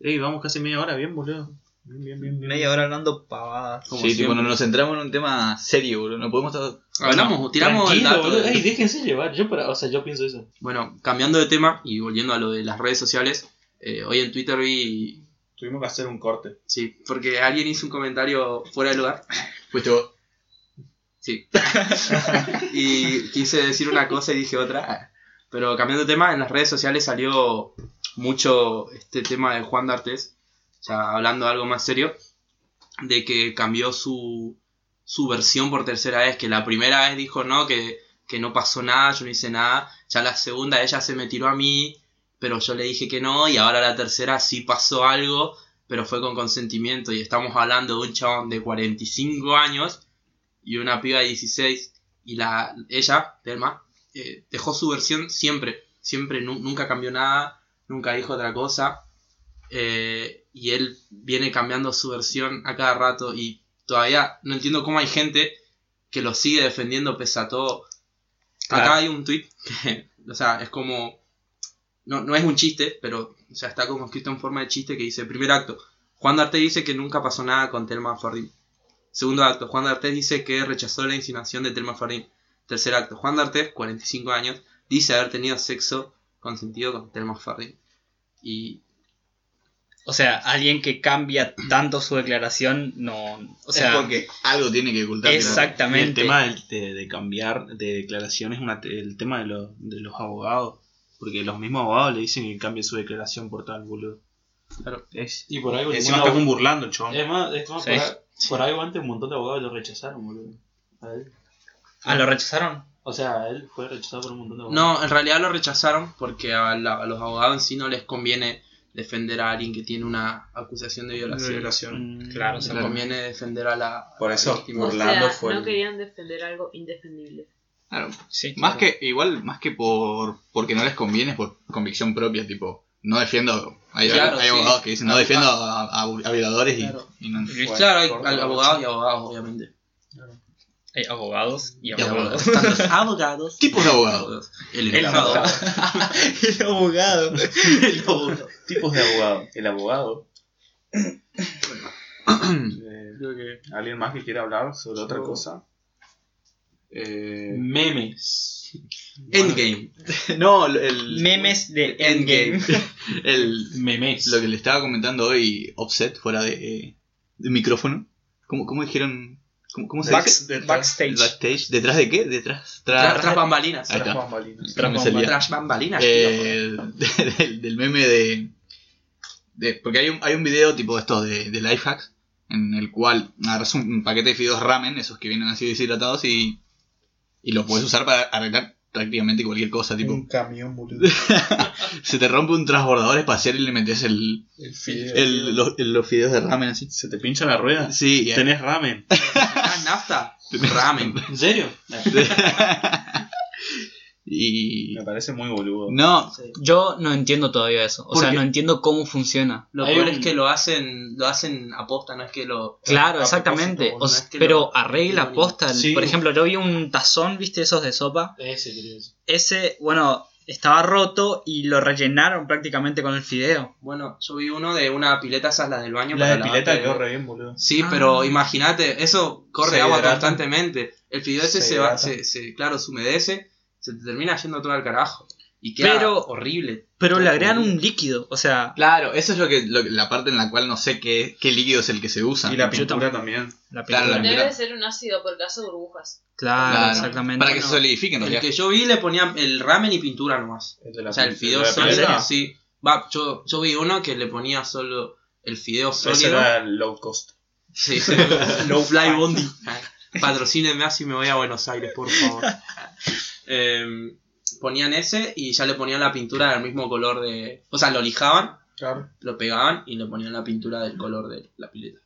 Speaker 6: Ey, vamos casi media hora, bien, boludo. Bien, bien, bien. bien.
Speaker 1: Media hora hablando pavadas.
Speaker 2: Como
Speaker 3: sí, tipo,
Speaker 2: siempre.
Speaker 3: no nos centramos en un tema serio, boludo. No podemos estar.
Speaker 2: Hablamos, tiramos el
Speaker 5: Tranquilo,
Speaker 2: dato.
Speaker 5: boludo.
Speaker 2: de-
Speaker 5: Ey, déjense llevar. Yo para, o sea, yo pienso eso.
Speaker 2: Bueno, cambiando de tema y volviendo a lo de las redes sociales, eh, hoy en Twitter vi.
Speaker 6: Tuvimos que hacer un corte.
Speaker 2: Sí, porque alguien hizo un comentario fuera de lugar.
Speaker 3: Puesto vos.
Speaker 2: Sí. y quise decir una cosa y dije otra. Pero cambiando de tema, en las redes sociales salió mucho este tema de Juan D'Artes, ya hablando de algo más serio, de que cambió su, su versión por tercera vez, que la primera vez dijo no, que, que no pasó nada, yo no hice nada, ya la segunda ella se me tiró a mí, pero yo le dije que no, y ahora la tercera sí pasó algo, pero fue con consentimiento, y estamos hablando de un chabón de 45 años y una piba de 16 y la ella, Telma, eh, dejó su versión siempre, siempre, nu- nunca cambió nada, nunca dijo otra cosa eh, y él viene cambiando su versión a cada rato y todavía no entiendo cómo hay gente que lo sigue defendiendo pese a todo. Acá hay un tweet que, o sea, es como, no, no es un chiste, pero o sea, está como escrito en forma de chiste que dice, primer acto, Juan D'Arte dice que nunca pasó nada con Telma Fardín. Segundo acto, Juan D'Artés dice que rechazó la insinuación de Telma Fardín. Tercer acto, Juan D'Artés, 45 años, dice haber tenido sexo consentido con Telma Fardín. Y
Speaker 1: O sea, alguien que cambia tanto su declaración, no. O sea,
Speaker 3: es porque algo tiene que ocultar. claro.
Speaker 6: Y el
Speaker 1: exactamente.
Speaker 6: tema del- de, de cambiar de declaración es una, el tema de, los- de los abogados. Porque los mismos abogados le dicen que cambie su declaración por tal boludo.
Speaker 2: Claro.
Speaker 6: Es,
Speaker 5: Y por algo.
Speaker 6: encima está como burlando el chabón.
Speaker 5: Es más, es más,
Speaker 1: Sí.
Speaker 5: por, a- por algo antes un montón de abogados lo rechazaron, boludo. A él.
Speaker 1: Ah, lo rechazaron.
Speaker 5: O sea, él fue rechazado por un montón de abogados.
Speaker 2: No, en realidad lo rechazaron porque a, la- a los abogados en sí no les conviene defender a alguien que tiene una acusación de violación.
Speaker 1: Mm, Claro, o
Speaker 2: Les
Speaker 1: sea,
Speaker 2: conviene defender a la.
Speaker 6: Por eso,
Speaker 2: a la víctima.
Speaker 8: O
Speaker 6: Orlando
Speaker 8: sea,
Speaker 6: fue
Speaker 8: no
Speaker 6: el-
Speaker 8: querían defender algo indefendible.
Speaker 3: Claro.
Speaker 1: sí.
Speaker 3: Más que, igual, más que por porque no les conviene, es por convicción propia, tipo, no defiendo. Hay,
Speaker 2: Claro,
Speaker 3: hay
Speaker 2: sí.
Speaker 3: abogados que dicen, no
Speaker 2: Ah,
Speaker 3: defiendo a, a- a violadores y-
Speaker 2: Claro.
Speaker 3: y, no.
Speaker 1: Listo.
Speaker 2: Claro, hay,
Speaker 6: Por-
Speaker 2: hay abogados y abogados, obviamente.
Speaker 1: Hay abogados y
Speaker 3: Y abogados.
Speaker 1: abogados.
Speaker 2: Están los abogados.
Speaker 3: Tipos de abogados.
Speaker 2: El
Speaker 1: El
Speaker 2: abogado.
Speaker 1: El abogado.
Speaker 2: El abogado.
Speaker 6: Tipos de abogado. El abogado. Eh,
Speaker 2: Creo que.
Speaker 6: ¿Alguien más que quiera hablar sobre otra
Speaker 2: Yo-
Speaker 6: cosa? Eh,
Speaker 5: Memes.
Speaker 2: Endgame.
Speaker 3: no, el.
Speaker 1: Memes de Endgame.
Speaker 3: el,
Speaker 5: Memes.
Speaker 3: lo que le estaba comentando hoy, Offset, fuera de, eh, de micrófono. ¿Cómo, cómo dijeron? ¿Cómo, cómo se
Speaker 1: Back-
Speaker 3: dice?
Speaker 1: backstage.
Speaker 3: Backstage. ¿Detrás de qué? Detrás. Tras,
Speaker 2: Tras, tras bambalinas.
Speaker 3: Ahí
Speaker 6: las
Speaker 3: está.
Speaker 6: bambalinas.
Speaker 3: No me salía.
Speaker 2: Tras bambalinas. tío.
Speaker 3: Eh, del, del meme de, de- Porque hay un, hay un video tipo de estos de, de life hacks en el cual agarras un, un paquete de fideos ramen, esos que vienen así deshidratados, y, y lo puedes usar para arreglar prácticamente cualquier cosa. Tipo,
Speaker 9: camión, boludo.
Speaker 3: se te rompe un transbordador espacial y le metes el,
Speaker 9: El fideo.
Speaker 3: el- los, los fideos de ramen así.
Speaker 6: ¿Se te pincha la rueda?
Speaker 3: Sí, y-
Speaker 6: ¿Tenés ramen?
Speaker 2: Ah, nafta. Ramen.
Speaker 5: ¿En serio?
Speaker 3: y.
Speaker 6: Me parece muy boludo.
Speaker 3: No,
Speaker 2: Sí.
Speaker 1: Yo no entiendo todavía eso. O
Speaker 2: ¿Por
Speaker 1: sea,
Speaker 2: qué?
Speaker 1: no entiendo cómo funciona.
Speaker 2: Lo
Speaker 5: Hay
Speaker 2: peor
Speaker 5: un-
Speaker 2: es que lo hacen, lo hacen aposta, no es que lo.
Speaker 1: Claro,
Speaker 2: Ah, a
Speaker 1: exactamente.
Speaker 2: propósito,
Speaker 1: O
Speaker 2: no es
Speaker 1: s-
Speaker 2: que
Speaker 1: pero
Speaker 2: lo-
Speaker 1: arregla posta.
Speaker 6: Sí.
Speaker 1: Por ejemplo, yo vi un tazón, ¿viste? Esos de sopa.
Speaker 5: Ese, creo. que sí.
Speaker 1: Ese, bueno, estaba roto y lo rellenaron prácticamente con el fideo.
Speaker 2: Bueno, yo vi uno de una pileta, esas las del baño.
Speaker 6: La de
Speaker 2: para
Speaker 6: pileta
Speaker 2: lavarte.
Speaker 6: quedó re bien, boludo.
Speaker 2: Sí,
Speaker 1: Ah.
Speaker 2: pero imagínate, eso corre
Speaker 6: Se
Speaker 2: agua
Speaker 6: hidrata.
Speaker 2: constantemente. El fideo ese
Speaker 6: Se
Speaker 2: se, va,
Speaker 6: hidrata.
Speaker 2: se, se- claro, se humedece, se te termina yendo todo al carajo. Y queda
Speaker 1: Pero-
Speaker 2: horrible.
Speaker 1: Pero le
Speaker 2: Todo
Speaker 1: agregan
Speaker 2: horrible.
Speaker 1: un líquido. O sea,
Speaker 3: claro, eso es lo que, lo que- la parte en la cual no sé qué, qué líquido es el que se
Speaker 2: Ah,
Speaker 3: usa.
Speaker 6: Y
Speaker 1: yo
Speaker 6: la pintura también.
Speaker 1: la
Speaker 3: Claro,
Speaker 1: película.
Speaker 3: la
Speaker 1: Claro,
Speaker 3: mierda.
Speaker 8: Debe
Speaker 3: mirá.
Speaker 8: ser un ácido porque hace burbujas.
Speaker 3: Claro,
Speaker 1: exactamente.
Speaker 3: Para que se
Speaker 2: El
Speaker 3: solidifiquen, realidad.
Speaker 2: que yo vi le ponían el ramen y pintura nomás.
Speaker 6: El de la
Speaker 2: O sea, el
Speaker 6: pil-
Speaker 2: fideo
Speaker 6: de la
Speaker 2: sólido,
Speaker 6: pileta.
Speaker 2: sí. Va, yo, yo vi uno que le ponía solo el fideo
Speaker 6: Ese
Speaker 2: sólido.
Speaker 6: era el low cost.
Speaker 2: Sí, sí. Low Fly Bondi. Patrocínenme así me voy a Buenos Aires, por favor. Eh, ponían ese y ya le ponían la pintura del mismo color de. O sea, lo lijaban,
Speaker 9: Claro.
Speaker 2: lo pegaban y le ponían la pintura del color de la pileta.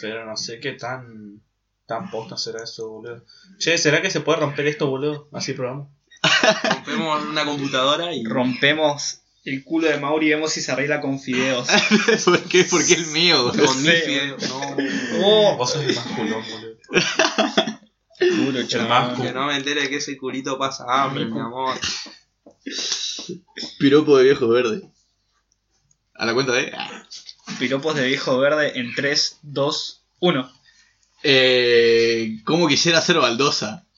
Speaker 6: Pero no sé qué tan tan posta será eso, boludo. Che, ¿será que se puede romper esto, boludo? Así probamos.
Speaker 2: Rompemos una computadora y.
Speaker 1: Rompemos el culo de Mauri y vemos si se arregla con fideos.
Speaker 3: ¿Por qué? ¿Por qué el mío?
Speaker 2: Con mi
Speaker 1: Sí.
Speaker 2: fideo. No, Oh.
Speaker 6: Vos sos el más culón, boludo.
Speaker 1: chaval.
Speaker 6: el más
Speaker 2: que
Speaker 6: culón.
Speaker 2: no me entere que ese culito pasa hambre, mi amor.
Speaker 3: Piropo de viejo verde. A la cuenta de.
Speaker 2: Ah.
Speaker 1: Piropos de viejo verde en 3, 2, 1.
Speaker 3: Eh, ¿Cómo quisiera ser baldosa?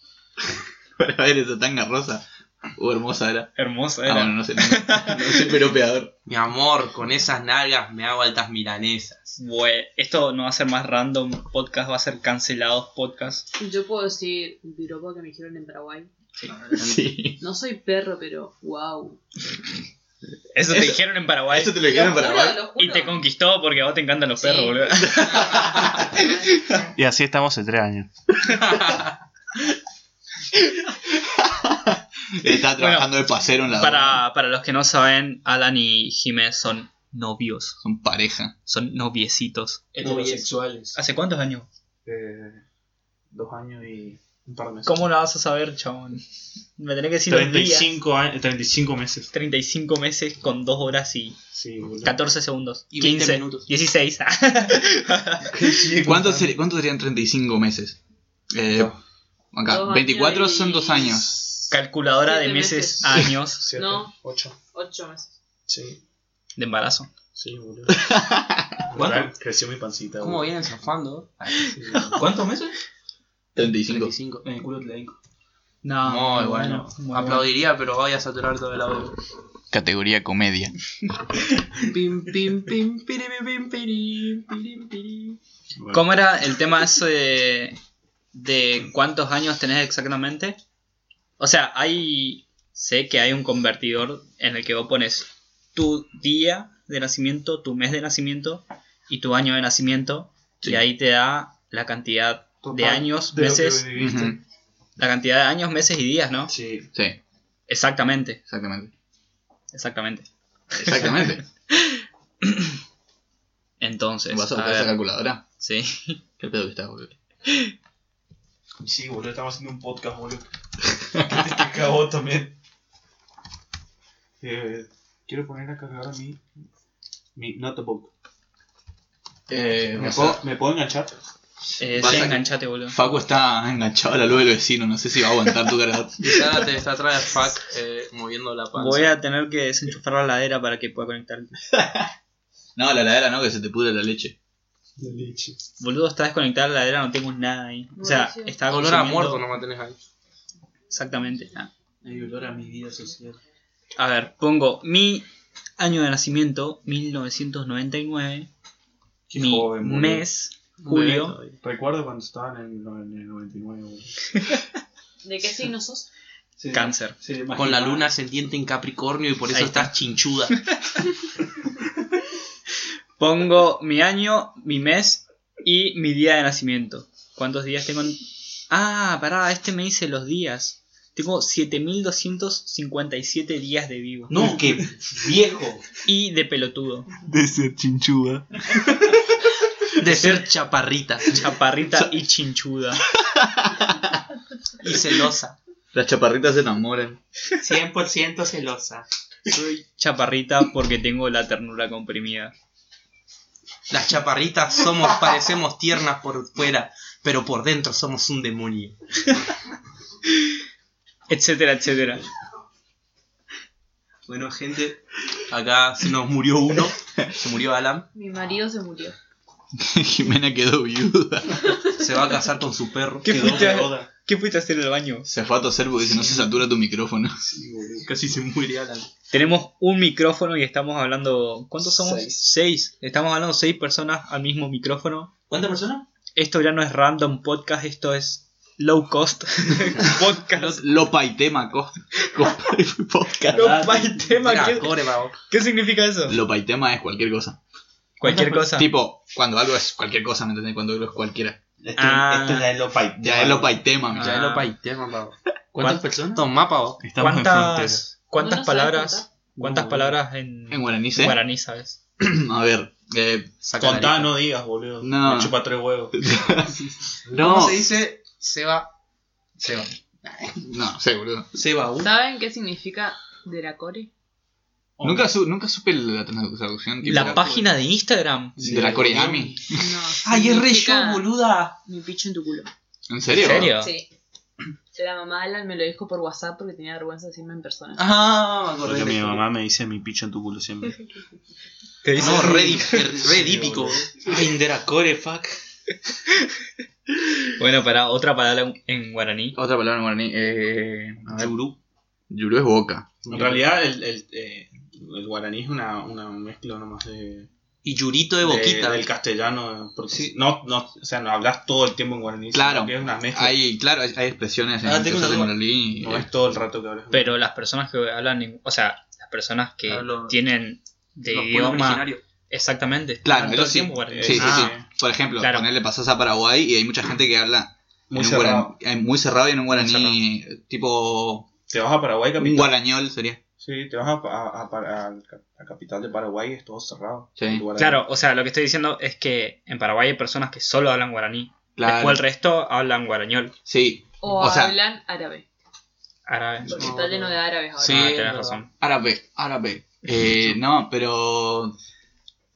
Speaker 3: Para ver esa tanga rosa. O hermosa era.
Speaker 1: Hermosa
Speaker 3: Ah,
Speaker 1: era.
Speaker 3: bueno, no sé. No, no soy piropeador.
Speaker 2: Mi amor, con esas nalgas me hago altas milanesas.
Speaker 1: Bue- esto no va a ser más random podcast, va a ser cancelados podcast.
Speaker 8: Yo puedo decir un piropo que me dijeron en Paraguay.
Speaker 3: Sí.
Speaker 8: No soy perro, pero wow.
Speaker 1: Eso te
Speaker 3: Eso-
Speaker 1: dijeron en Paraguay.
Speaker 3: Eso te lo dijeron para
Speaker 8: Juro,
Speaker 3: abajo.
Speaker 8: lo juro.
Speaker 1: Y te conquistó porque a vos te encantan los
Speaker 8: Sí.
Speaker 1: perros, boludo.
Speaker 6: Y así estamos hace tres años.
Speaker 3: Estaba trabajando de pasero en la.
Speaker 1: Para, para los que no saben, Alan y Jiménez son novios.
Speaker 3: Son pareja.
Speaker 1: Son noviecitos.
Speaker 6: Este
Speaker 5: Heterosexuales.
Speaker 1: ¿Hace cuántos años?
Speaker 6: Eh, dos años y un par de meses.
Speaker 1: ¿Cómo la vas a saber, chabón? Me tenés que decir los días.
Speaker 6: 35, años, 35 meses.
Speaker 1: 35 meses con 2 horas y
Speaker 6: Sí, boludo.
Speaker 1: 14 segundos.
Speaker 2: Y 20
Speaker 1: 15
Speaker 2: minutos.
Speaker 1: 16.
Speaker 3: ¿Cuánto, ser- cuánto serían 35 meses? Eh, acá,
Speaker 8: Dos años
Speaker 3: 24 son
Speaker 8: y-
Speaker 3: 2 años.
Speaker 1: Calculadora de
Speaker 8: Siete
Speaker 1: meses,
Speaker 8: meses.
Speaker 1: años
Speaker 6: Siete,
Speaker 8: No.
Speaker 6: Ocho.
Speaker 8: Ocho meses.
Speaker 6: Sí.
Speaker 1: de embarazo.
Speaker 6: Sí, boludo.
Speaker 2: ¿Cuánto?
Speaker 6: Creció mi pancita.
Speaker 2: ¿Cómo
Speaker 6: boludo.
Speaker 2: vienen zafando?
Speaker 5: ¿Cuántos meses?
Speaker 3: 35.
Speaker 2: 35.
Speaker 5: En el culo te la hinco.
Speaker 1: No,
Speaker 2: Muy Ah, bueno.
Speaker 1: muy
Speaker 2: Aplaudiría, pero voy a saturar todo el audio.
Speaker 3: Categoría comedia.
Speaker 2: Pim, pim, pim, piri, pim, piri, piri, piri.
Speaker 1: bueno. ¿Cómo era el tema ese de cuántos años tenés exactamente? O sea, hay. Sé que hay un convertidor en el que vos pones tu día de nacimiento, tu mes de nacimiento y tu año de nacimiento. Y ahí te da la cantidad de
Speaker 5: Total
Speaker 1: años,
Speaker 5: de lo que
Speaker 1: meses.
Speaker 5: viviste.
Speaker 3: Ujú.
Speaker 1: La cantidad de años, meses y días, ¿no?
Speaker 5: Sí.
Speaker 3: Sí,
Speaker 1: Exactamente,
Speaker 3: exactamente.
Speaker 1: exactamente.
Speaker 3: Exactamente.
Speaker 1: Entonces.
Speaker 3: ¿Vas a
Speaker 1: a
Speaker 3: buscar esa
Speaker 1: ver,
Speaker 3: calculadora?
Speaker 1: sí.
Speaker 3: ¿Qué pedo que estás, boludo?
Speaker 7: Sí, boludo, estamos haciendo un podcast, boludo. que te cagó también. Eh, quiero poner a cagar a mí. Mi notebook.
Speaker 3: Eh,
Speaker 7: ¿Me,
Speaker 3: o sea,
Speaker 7: puedo, ¿Me puedo enganchar?
Speaker 1: Eh,
Speaker 3: Vas
Speaker 1: sí,
Speaker 3: a-
Speaker 1: enganchate, boludo.
Speaker 3: Facu está enganchado a la luz del vecino, no sé si va a aguantar tu cara.
Speaker 2: Quizá te está atrás de Fac eh, moviendo la panza.
Speaker 1: Voy a tener que desenchufar la ladera para que pueda conectar.
Speaker 3: No, la ladera no, que se te pudre la leche.
Speaker 7: La leche.
Speaker 1: Boludo, está desconectada la ladera, no tengo nada ahí. O sea,
Speaker 4: Buenísimo.
Speaker 1: está
Speaker 2: Olor a
Speaker 1: consumiendo-
Speaker 2: muerto nomás tenés ahí.
Speaker 1: Exactamente. Ah.
Speaker 5: Hay olor a mi vida social.
Speaker 1: A ver, pongo mi año de nacimiento, 1999.
Speaker 7: Qué
Speaker 1: mi
Speaker 7: joven, boludo.
Speaker 1: mes,
Speaker 2: Un bebé
Speaker 1: julio.
Speaker 2: todavía.
Speaker 7: Recuerdo cuando estaban en el, no- en el 99, boludo.
Speaker 8: ¿De qué signo sos?
Speaker 7: Sí,
Speaker 1: Cáncer.
Speaker 7: sí, imagina-
Speaker 2: Con la luna ascendiente en Capricornio y por eso
Speaker 1: Ahí está.
Speaker 2: estás chinchuda.
Speaker 1: Pongo mi año, mi mes y mi día de nacimiento. ¿Cuántos días tengo? en- Ah, pará, este me dice los días. Tengo 7257 días de vivo.
Speaker 5: No, que viejo.
Speaker 1: Y de pelotudo.
Speaker 6: De ser chinchuda.
Speaker 2: De ser chaparrita
Speaker 1: Chaparrita y chinchuda.
Speaker 2: y celosa.
Speaker 3: Las chaparritas se enamoran.
Speaker 2: 100% celosa.
Speaker 1: Soy chaparrita porque tengo la ternura comprimida.
Speaker 2: Las chaparritas somos, parecemos tiernas por fuera, pero por dentro somos un demonio.
Speaker 1: Etcétera, etcétera.
Speaker 2: Bueno, gente, acá se nos murió uno. Se murió Alan.
Speaker 8: Mi marido se murió.
Speaker 3: Jimena quedó viuda.
Speaker 2: Se va a casar con su perro.
Speaker 1: ¿Qué
Speaker 7: Quedó
Speaker 1: fuiste,
Speaker 7: de
Speaker 1: a,
Speaker 7: boda.
Speaker 1: qué fuiste a hacer en el baño?
Speaker 3: Se fue a toser porque si no se satura tu micrófono.
Speaker 2: Casi se muere Alan.
Speaker 1: Tenemos un micrófono y estamos hablando. ¿Cuántos somos?
Speaker 2: Seis.
Speaker 1: Seis. Estamos hablando seis personas al mismo micrófono.
Speaker 2: ¿Cuántas personas?
Speaker 1: Esto ya no es random podcast, esto es low cost podcast.
Speaker 3: Lo paitema co- co- podcast.
Speaker 1: Low pay tema.
Speaker 2: Mira,
Speaker 1: ¿Qué,
Speaker 2: cobre, bravo.
Speaker 1: qué significa eso?
Speaker 3: Lo paitema es cualquier cosa.
Speaker 1: Cualquier cosa.
Speaker 3: Tipo, cuando algo es cualquier cosa, ¿me entendés? Cuando algo es cualquiera.
Speaker 6: Esto,
Speaker 1: Ah.
Speaker 6: esto ya es lo paitema.
Speaker 3: Ya es lo paitema,
Speaker 1: Ah.
Speaker 3: mira.
Speaker 2: Ya lo paité, papá.
Speaker 1: ¿Cuántas
Speaker 5: personas?
Speaker 2: Tomá, pavo.
Speaker 6: Estamos
Speaker 1: ¿Cuántas,
Speaker 8: ¿No
Speaker 1: cuántas
Speaker 8: sabes
Speaker 1: palabras? ¿Cuántas
Speaker 5: No.
Speaker 1: palabras en,
Speaker 3: En guaraní, ¿sí?
Speaker 1: Ah. guaraní sabes?
Speaker 3: A ver. eh,
Speaker 6: en
Speaker 2: Saca la
Speaker 6: frontera. Contá,
Speaker 2: lista.
Speaker 6: no digas, boludo.
Speaker 3: No.
Speaker 6: Me chupa tres huevos.
Speaker 3: no,
Speaker 2: ¿Cómo se dice Seba? Seba.
Speaker 3: no, sé, boludo.
Speaker 2: Seba, uh.
Speaker 8: ¿Saben qué significa Deracore?
Speaker 3: Nunca, su- nunca supe la traducción. tipo,
Speaker 1: Oh. La página de Instagram.
Speaker 3: De la Coreami.
Speaker 8: No.
Speaker 2: ¡Ay, es re yo,
Speaker 8: significa
Speaker 2: boluda!
Speaker 8: Mi picho en tu culo.
Speaker 3: ¿En serio?
Speaker 1: ¿En serio?
Speaker 8: Sí. La mamá de Alan me lo dijo por WhatsApp porque tenía vergüenza de decirme en persona.
Speaker 2: Ah, me acordé.
Speaker 6: Porque
Speaker 2: de
Speaker 6: mi
Speaker 2: eso.
Speaker 6: mamá me dice mi picho en tu culo siempre.
Speaker 1: Te dice-
Speaker 2: No, re, dip- re eh. dípico.
Speaker 5: Inderacore, fuck.
Speaker 1: Bueno, para otra palabra en guaraní.
Speaker 3: Otra palabra en guaraní. Eh, a ver.
Speaker 6: Yurú.
Speaker 3: Yuru es boca.
Speaker 6: En realidad, el, el, eh, el guaraní es una, una mezcla nomás de.
Speaker 2: Y Yurito de boquita.
Speaker 6: del castellano. eh, Porque
Speaker 2: Sí.
Speaker 6: no, no, o sea, no hablas todo el tiempo en guaraní.
Speaker 3: Claro.
Speaker 6: sino que Es una mezcla.
Speaker 3: Hay, claro, hay, hay expresiones en
Speaker 5: Ah, tengo una
Speaker 3: cosas de
Speaker 5: duda.
Speaker 3: guaraní.
Speaker 6: No
Speaker 3: eh,
Speaker 6: es todo el rato que hablas.
Speaker 1: Pero las personas que hablan, en- o sea, las personas que
Speaker 2: Hablo-
Speaker 1: tienen de
Speaker 2: Los pueblos
Speaker 1: idioma.
Speaker 2: originarios.
Speaker 1: Exactamente.
Speaker 3: Claro,
Speaker 1: hablan
Speaker 3: eso
Speaker 1: todo el
Speaker 3: sí. Eh,
Speaker 1: tiempo guaraní.
Speaker 3: Sí, sí,
Speaker 6: Ah.
Speaker 3: sí. Por ejemplo,
Speaker 1: Claro.
Speaker 3: ponerle pasas a Paraguay y hay mucha gente que habla
Speaker 6: Muy
Speaker 3: en un
Speaker 6: cerrado.
Speaker 3: guaraní, eh, muy cerrado y en un guaraní tipo
Speaker 6: Te vas a Paraguay,
Speaker 3: un
Speaker 6: capital.
Speaker 3: guarañol sería.
Speaker 6: Sí, te vas a, a, a, para- al cap- a capital de Paraguay, es todo cerrado.
Speaker 3: Sí.
Speaker 2: Mm.
Speaker 6: El guaraní.
Speaker 1: Claro, o sea, lo que estoy diciendo es que en Paraguay hay personas que solo hablan guaraní.
Speaker 3: Claro.
Speaker 1: Después el resto hablan guarañol.
Speaker 3: Sí,
Speaker 8: O,
Speaker 3: o sea-
Speaker 8: hablan árabe.
Speaker 1: Árabe.
Speaker 8: Porque está lleno de árabes ahora.
Speaker 2: Sí,
Speaker 1: Ah,
Speaker 2: es
Speaker 1: tenés
Speaker 2: verdad.
Speaker 1: razón.
Speaker 3: árabe, árabe. Eh, no, pero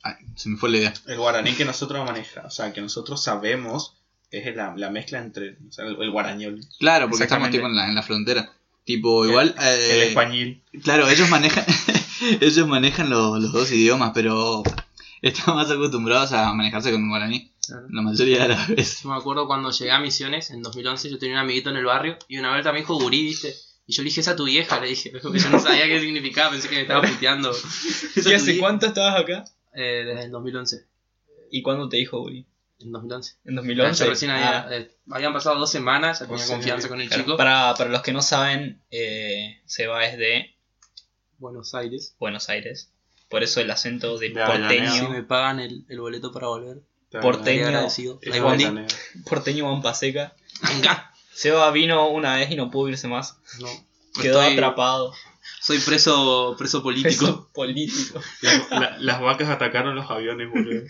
Speaker 3: Ay, se me fue la idea.
Speaker 6: El guaraní que nosotros manejamos, o sea, que nosotros sabemos, es la, la mezcla entre o sea, el, el guarañol,
Speaker 3: Claro, porque estamos
Speaker 1: Exactamente.
Speaker 3: tipo en la, en la frontera. Tipo igual eh,
Speaker 6: el español.
Speaker 3: Claro, ellos manejan ellos manejan los, los dos idiomas, pero están más acostumbrados a manejarse con un guaraní. La mayoría de las veces.
Speaker 2: Yo me acuerdo cuando llegué a Misiones en 2011, yo tenía un amiguito en el barrio y una vez me dijo gurí, viste. Y yo le dije, esa tu vieja, le dije, porque yo no sabía qué significaba, pensé que me estaba puteando. Esa
Speaker 1: ¿Y
Speaker 2: tu
Speaker 1: hace
Speaker 2: vie-
Speaker 1: cuánto estabas acá?
Speaker 2: Eh, desde el 2011.
Speaker 1: ¿Y cuándo te dijo Uri?
Speaker 2: En 2011.
Speaker 1: ¿En
Speaker 2: Yo
Speaker 1: 2011?
Speaker 2: recién había- eh, habían pasado dos semanas, ya tenía
Speaker 7: sea,
Speaker 2: confianza con el
Speaker 1: Ah, Claro,
Speaker 2: chico.
Speaker 1: Para, para los que no saben, eh, Seba es de
Speaker 2: Buenos Aires.
Speaker 1: Buenos Aires. Por eso el acento de,
Speaker 6: De
Speaker 1: porteño,
Speaker 6: Avellaneda.
Speaker 2: Si me pagan el, el boleto para volver,
Speaker 1: Porteño.
Speaker 2: estaría agradecido.
Speaker 6: Es
Speaker 2: Ahí bondi.
Speaker 6: Avellaneda.
Speaker 1: porteño Pampa Seca.
Speaker 2: Venga.
Speaker 1: Seba vino una vez y no pudo irse más.
Speaker 2: No.
Speaker 1: Quedó
Speaker 2: Estoy-
Speaker 1: atrapado.
Speaker 2: Soy preso, preso político.
Speaker 1: Eso, político.
Speaker 6: Las- la- las vacas atacaron los aviones, boludo.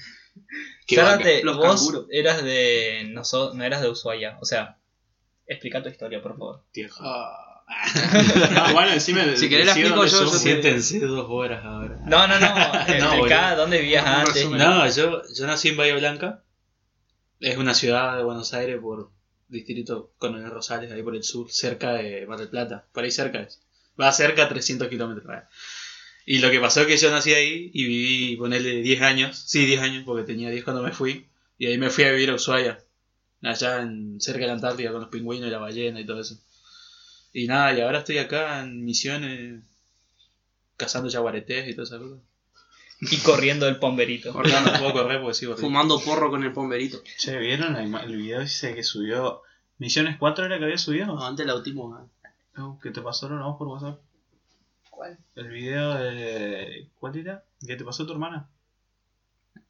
Speaker 2: Qué
Speaker 1: Zárate,
Speaker 2: vaca. Los
Speaker 1: vos
Speaker 2: canguros.
Speaker 1: eras de. No, so- no eras de Ushuaia. O sea, explica tu historia, por favor.
Speaker 6: Tieja.
Speaker 2: Ah.
Speaker 6: No, bueno, encima.
Speaker 2: Si querés la
Speaker 6: decidieron
Speaker 2: explico
Speaker 6: eso.
Speaker 2: yo, yo soy-
Speaker 5: Siéntense dos horas ahora.
Speaker 1: No, no, no. explica
Speaker 5: boludo.
Speaker 1: dónde vivías
Speaker 2: Un
Speaker 1: antes.
Speaker 2: resumen.
Speaker 5: Eh, No, yo, yo nací en Bahía Blanca. Es una ciudad de Buenos Aires por distrito Coronel Rosales, ahí por el sur, cerca de Mar del Plata. Por ahí cerca es. Va cerca a 300 kilómetros. por ahí. Y lo que pasó es que yo nací ahí y viví, ponele 10 años. Sí, 10 años, porque tenía 10 cuando me fui. Y ahí me fui a vivir a Ushuaia. Allá en, cerca de la Antártida con los pingüinos y la ballena y todo eso. Y nada, y ahora estoy acá en misiones cazando yaguaretés y todas esas cosas.
Speaker 1: Y corriendo el pomberito.
Speaker 5: Cortando, puedo correr porque sigo arriba.
Speaker 2: Fumando porro con el pomberito.
Speaker 6: Che, ¿vieron la ima- el video ese que subió? ¿Misiones 4 era que había subido?
Speaker 2: No, antes el autismo. ah.
Speaker 6: Oh, que te pasaron a vos por WhatsApp.
Speaker 4: ¿Cuál?
Speaker 6: El video de. ¿Cuál era? ¿Qué te pasó a tu hermana?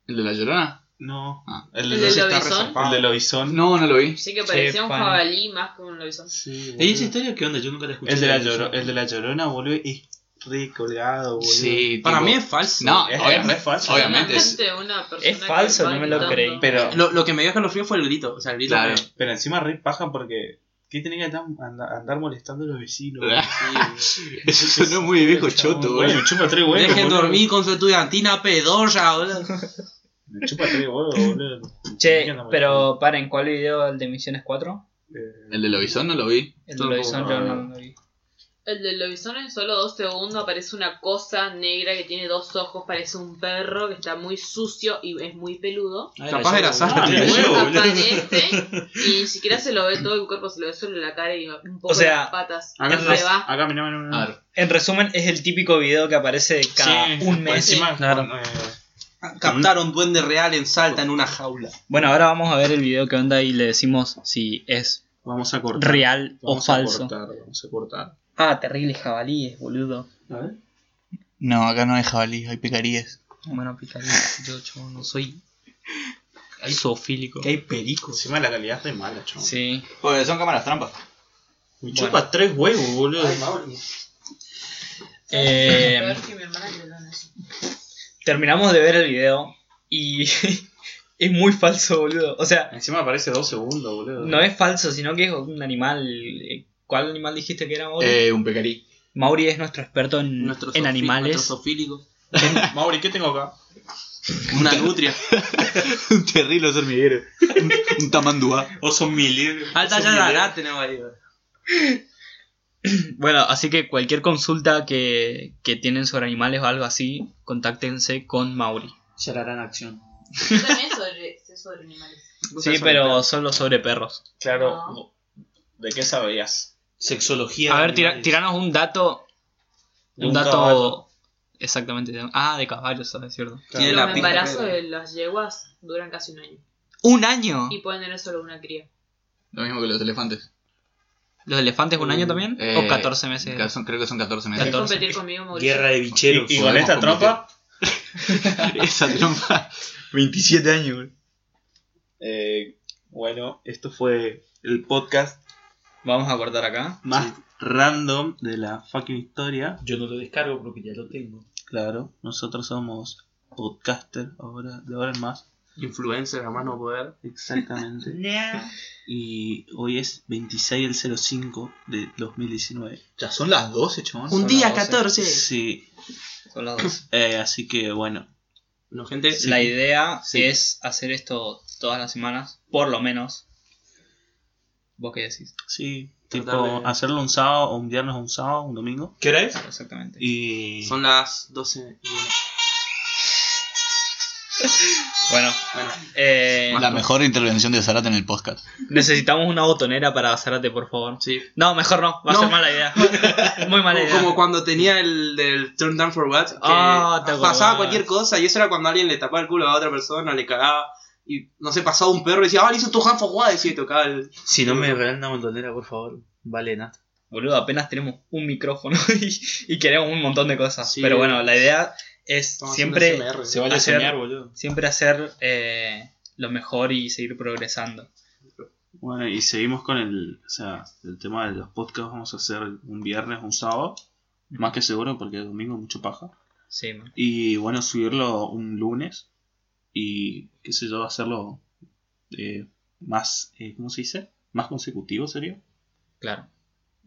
Speaker 3: ¿El de la llorona?
Speaker 6: No.
Speaker 3: Ah.
Speaker 6: El de los
Speaker 8: ¿El del
Speaker 6: está
Speaker 8: lobizón?
Speaker 6: resarpado. El de lobizón.
Speaker 3: No, no lo vi.
Speaker 8: Sí que parecía un
Speaker 1: Sepan.
Speaker 8: jabalí más que un lobizón.
Speaker 6: Sí,
Speaker 5: ¿Y esa historia qué onda? Yo nunca la escuché.
Speaker 6: El de la, lloro- el de la llorona, boludo, y recolgado, boludo.
Speaker 3: Sí,
Speaker 2: Para
Speaker 3: tipo-
Speaker 2: mí es falso.
Speaker 3: No,
Speaker 6: Es-
Speaker 3: obviamente.
Speaker 6: es falso.
Speaker 3: obviamente es-
Speaker 8: Realmente una persona
Speaker 1: Es falso,
Speaker 8: que va
Speaker 1: no me lo
Speaker 8: gritando.
Speaker 1: creí.
Speaker 6: Pero,
Speaker 2: Lo, lo que me dio escalofrío fue el grito. O sea, el grito.
Speaker 3: Claro.
Speaker 2: fue-
Speaker 6: pero encima re paja porque. ¿Qué tenés que andar, andar- andar molestando a los vecinos?
Speaker 3: Eso sonó muy viejo choto,
Speaker 6: Bueno,
Speaker 3: boludo.
Speaker 6: me chupa tres huevos.
Speaker 2: Dejen
Speaker 6: boludo.
Speaker 2: dormir con su estudiantina pedorra, boludo.
Speaker 6: Me chupa tres huevos, boludo.
Speaker 1: Che,
Speaker 6: ¿Qué onda,
Speaker 1: pero paren, ¿cuál video? ¿El de Misiones 4?
Speaker 6: boludo? Eh,
Speaker 3: El de Lobizón no lo vi.
Speaker 1: El de
Speaker 2: Tampoco,
Speaker 1: Lobizón yo
Speaker 3: ah.
Speaker 1: no lo vi.
Speaker 8: El del lobizón en solo dos segundos aparece una cosa negra que tiene dos ojos, parece un perro que está muy sucio y es muy peludo.
Speaker 5: Ah,
Speaker 2: Capaz era
Speaker 5: yo-
Speaker 2: Sara.
Speaker 5: Ah,
Speaker 6: Qué
Speaker 8: Y
Speaker 5: mira,
Speaker 6: huevo,
Speaker 8: luego
Speaker 6: boludo.
Speaker 8: aparece y ni siquiera se lo ve todo el cuerpo, se lo ve solo la cara y un poco
Speaker 1: O sea,
Speaker 8: las patas.
Speaker 6: Acá,
Speaker 8: Se
Speaker 6: atrás,
Speaker 8: va.
Speaker 6: acá, mirá, mirá, mirá.
Speaker 3: A ver.
Speaker 1: En resumen, es el típico video que aparece cada
Speaker 6: Sí,
Speaker 1: un
Speaker 6: por
Speaker 1: mes.
Speaker 6: Encima,
Speaker 5: Claro.
Speaker 6: con, eh,
Speaker 2: Captaron duende real en Salta en una jaula.
Speaker 1: Bueno, ahora vamos a ver el video que onda y le decimos si es
Speaker 6: vamos a cortar.
Speaker 1: real o
Speaker 6: Vamos
Speaker 1: falso.
Speaker 6: A cortar, vamos a cortar.
Speaker 1: Ah, terribles jabalíes, boludo.
Speaker 5: A ver.
Speaker 3: No, acá no hay jabalí, hay pecaríes.
Speaker 1: Bueno, picaría. Yo, yo no soy zoofílico.
Speaker 5: Que hay pericos.
Speaker 6: Encima la calidad es re mala, chavo.
Speaker 1: Sí.
Speaker 3: Pues son cámaras trampas.
Speaker 6: Me chupa tres huevos, boludo.
Speaker 1: Eh,
Speaker 8: Peor que mi hermana que le dan eso.
Speaker 1: terminamos de ver el video y es muy falso, boludo. O sea,
Speaker 6: Encima aparece dos segundos, boludo.
Speaker 1: no es falso, sino que es un animal. eh, ¿Cuál animal dijiste que era Mauri?
Speaker 3: Eh, un pecarí.
Speaker 1: Mauri es nuestro experto en,
Speaker 2: Nuestro
Speaker 1: en
Speaker 2: zoofí-
Speaker 1: animales.
Speaker 2: nuestro zoofílico.
Speaker 6: Mauri, ¿qué tengo acá?
Speaker 2: Una nutria.
Speaker 3: un terrible hormiguero. un tamandúa.
Speaker 6: Oso mili.
Speaker 2: Alta ya la la tenemos ahí. boludo.
Speaker 1: Bueno, así que cualquier consulta que, que tienen sobre animales o algo así, contáctense con Mauri.
Speaker 5: Ya la harán acción.
Speaker 8: Yo también sobre, sé sobre animales.
Speaker 1: Sí, pero solo sobre perros.
Speaker 6: Claro.
Speaker 8: No.
Speaker 6: ¿De qué sabías?
Speaker 5: Sexología.
Speaker 1: A
Speaker 5: de
Speaker 1: ver, tira-
Speaker 5: animales.
Speaker 1: tiranos un dato.
Speaker 6: De
Speaker 1: Un,
Speaker 6: un
Speaker 1: dato.
Speaker 6: caballo.
Speaker 1: Exactamente. de- Ah, de caballos, es cierto.
Speaker 2: Tiene la
Speaker 8: Los
Speaker 2: pinta.
Speaker 8: embarazos
Speaker 2: que-
Speaker 8: de las yeguas duran casi un año
Speaker 1: ¡Un año!
Speaker 8: y pueden tener solo una cría.
Speaker 3: Lo mismo que los elefantes.
Speaker 1: ¿Los elefantes un año también? ¿O
Speaker 3: Eh,
Speaker 1: 14 meses?
Speaker 3: Ca- son- creo que son 14 meses.
Speaker 8: ¿Quieres
Speaker 1: 14.
Speaker 8: competir conmigo, Mauricio?
Speaker 5: Guerra de bicheros.
Speaker 6: Y, y con
Speaker 3: Podemos
Speaker 6: esta
Speaker 3: competir.
Speaker 6: trompa,
Speaker 3: Esa trompa. 27 años, güey.
Speaker 6: eh, bueno, esto fue el podcast
Speaker 1: Vamos a cortar acá.
Speaker 6: más random de la fucking historia.
Speaker 5: Yo no lo descargo porque ya lo tengo.
Speaker 6: Claro, nosotros somos podcaster ahora, de ahora en más.
Speaker 2: Influencer, a mano poder.
Speaker 6: Exactamente. Y hoy es 26 del 05 de 2019.
Speaker 3: Ya son las 12, chabón.
Speaker 2: Un
Speaker 1: Son
Speaker 2: día
Speaker 1: las doce.
Speaker 2: 14.
Speaker 6: Sí.
Speaker 1: Son las dos.
Speaker 6: Eh, así que bueno.
Speaker 2: Bueno, gente.
Speaker 1: La idea
Speaker 6: Sí.
Speaker 1: es hacer esto todas las semanas, por lo menos. ¿Vos qué decís?
Speaker 6: Sí. Tipo,
Speaker 5: eh.
Speaker 2: Tratar de-
Speaker 6: hacerlo un sábado, o un viernes, o un sábado, un domingo.
Speaker 5: ¿Qué hora es?
Speaker 1: Exactamente.
Speaker 6: Y.
Speaker 2: Son las 12. y una.
Speaker 1: Bueno, eh,
Speaker 9: La mejor intervención de Zarate en el podcast.
Speaker 1: necesitamos una botonera para Zarate, por favor.
Speaker 2: Sí.
Speaker 1: No, mejor no, va a
Speaker 2: No.
Speaker 1: ser mala idea. Muy mala
Speaker 2: Como,
Speaker 1: idea.
Speaker 2: como cuando tenía el del Turn Down for What, que
Speaker 1: Ah, te acordás.
Speaker 2: pasaba cualquier cosa y eso era cuando alguien le tapaba el culo a otra persona, le cagaba y no sé, pasaba un perro y decía, ah, le hizo tu hand for What, y sí, tocaba el.
Speaker 5: Si no me regalan una montonera, por favor, vale nada.
Speaker 1: Boludo, apenas tenemos un micrófono y, y queremos un montón de cosas.
Speaker 2: Sí.
Speaker 1: Pero bueno, la idea es
Speaker 2: Estamos
Speaker 1: siempre,
Speaker 2: haciendo SMR.
Speaker 5: Se vale
Speaker 1: Hacer-
Speaker 5: soñar, boludo.
Speaker 1: siempre hacer eh, lo mejor y seguir progresando.
Speaker 6: Bueno, y seguimos con el, o sea, el tema de los podcasts. Vamos a hacer un viernes, un sábado. Más que seguro, porque el domingo es mucho paja.
Speaker 1: Sí, man.
Speaker 6: Y bueno, subirlo un lunes. Y qué sé yo, hacerlo eh, más, eh, ¿cómo se dice? Más consecutivo sería.
Speaker 1: claro.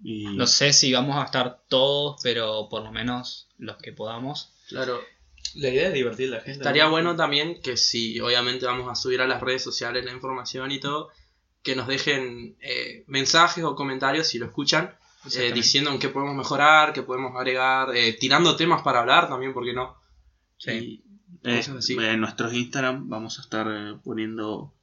Speaker 6: Y
Speaker 1: No sé si vamos a estar todos, pero por lo menos los que podamos.
Speaker 2: Claro,
Speaker 5: La idea es divertir a la gente.
Speaker 2: Estaría
Speaker 5: ¿no?
Speaker 2: bueno también que si obviamente vamos a subir a las redes sociales la información y todo, que nos dejen eh, mensajes o comentarios si lo escuchan, eh,
Speaker 1: Exactamente.
Speaker 2: diciendo en qué podemos mejorar, qué podemos agregar, eh, tirando temas para hablar también, porque no?
Speaker 1: Sí.
Speaker 6: eh,
Speaker 2: cosas así.
Speaker 6: en nuestros Instagram vamos a estar eh, poniendo,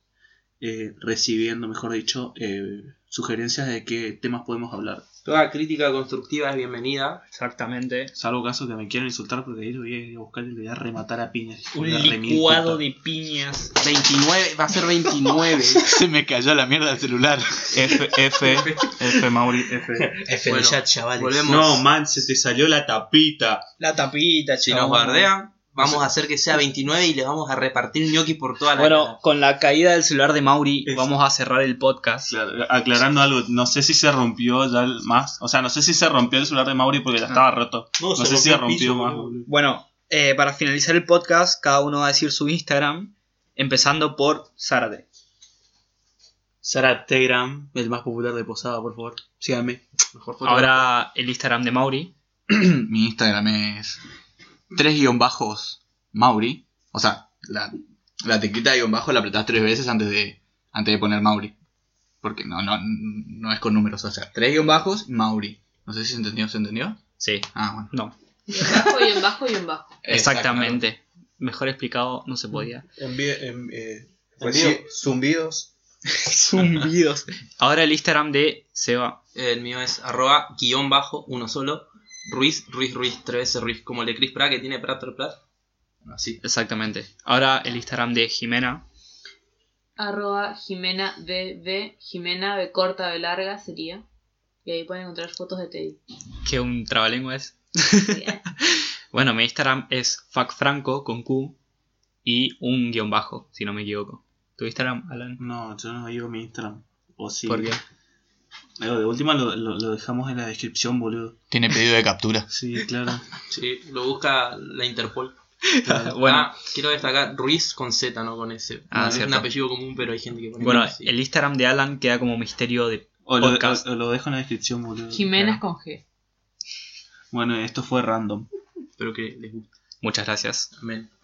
Speaker 6: eh, recibiendo, mejor dicho, eh, sugerencias de qué temas podemos hablar.
Speaker 2: Toda crítica constructiva es bienvenida.
Speaker 1: Exactamente.
Speaker 6: Salvo caso que me quieran insultar porque ahí lo voy a ir a buscar y le voy a rematar a piñas.
Speaker 1: Un
Speaker 6: Hijo de remil
Speaker 1: licuado
Speaker 6: puta.
Speaker 1: de piñas.
Speaker 2: 29, va a ser 29.
Speaker 9: Se me cayó la mierda del celular.
Speaker 3: F, F, F, Mauri, F.
Speaker 2: Bueno, volvemos.
Speaker 6: No, man, se te salió la tapita.
Speaker 1: La tapita,
Speaker 2: si
Speaker 1: chabón.
Speaker 2: nos bardean, vamos a hacer que sea 29 y le vamos a repartir ñoqui por toda la
Speaker 1: Bueno, con la caída del celular de Mauri,
Speaker 6: Es-
Speaker 1: vamos a cerrar el podcast.
Speaker 6: Claro, Aclarando algo, no sé si se rompió ya el- más. O sea, no sé si se rompió el celular de Mauri porque ya estaba roto. No,
Speaker 5: se
Speaker 6: sé si se
Speaker 5: rompió el
Speaker 6: rompió
Speaker 5: piso,
Speaker 6: más.
Speaker 5: boludo.
Speaker 1: Bueno, eh, para finalizar el podcast, cada uno va a decir su Instagram, empezando por Zarate.
Speaker 5: Sara Tegram, el más popular de Posada, por favor. Síganme.
Speaker 2: mejor foto.
Speaker 1: Ahora el Instagram de Mauri.
Speaker 9: Mi Instagram es tres guión bajos Mauri. O sea, la, la teclita de guión bajo la apretás tres veces antes de, antes de poner Mauri. Porque no, no, no es con números. O sea, tres guión bajos Mauri. No sé si se entendió, ¿se entendió?
Speaker 1: Sí,
Speaker 9: Ah, bueno.
Speaker 1: no.
Speaker 8: Y en bajo, y en bajo, y en bajo.
Speaker 1: Exactamente. Mejor explicado, no se podía.
Speaker 6: Pues
Speaker 7: zumbidos.
Speaker 1: Zumbidos. Ahora el Instagram de Seba.
Speaker 2: El mío es arroba guión bajo uno solo. Ruiz, Ruiz, Ruiz, 3 Ruiz, como el de Chris Pratt que tiene Pratt, Pratt, Pratt. Así.
Speaker 1: Exactamente. Ahora el Instagram de Jimena.
Speaker 8: Arroba Jimena BB, Jimena B corta, B larga sería. Y ahí pueden encontrar fotos de Teddy.
Speaker 1: Que un trabalengua es.
Speaker 8: Bien.
Speaker 1: Bueno, mi Instagram es facfranco con Q y un guión bajo, si no me equivoco. ¿Tu Instagram, Alan?
Speaker 6: No, yo no digo mi Instagram. O sí.
Speaker 1: ¿Por qué?
Speaker 6: Eh, De última lo, lo- lo dejamos en la descripción, boludo.
Speaker 9: Tiene pedido de captura.
Speaker 6: Sí, claro.
Speaker 2: Sí, lo busca la Interpol.
Speaker 1: bueno,
Speaker 2: Ah, quiero destacar Ruiz con Z, no con S.
Speaker 1: Ah,
Speaker 2: No, es un
Speaker 1: cierto.
Speaker 2: apellido común, pero hay gente que pone
Speaker 1: bueno,
Speaker 2: así.
Speaker 1: el Instagram de Alan queda como misterio de...
Speaker 6: O lo,
Speaker 1: Podcast.
Speaker 6: o- o lo dejo en la descripción, boludo.
Speaker 8: Jimena es con G.
Speaker 6: Bueno, esto fue random.
Speaker 2: Espero que les guste.
Speaker 1: Muchas gracias.
Speaker 2: Amén.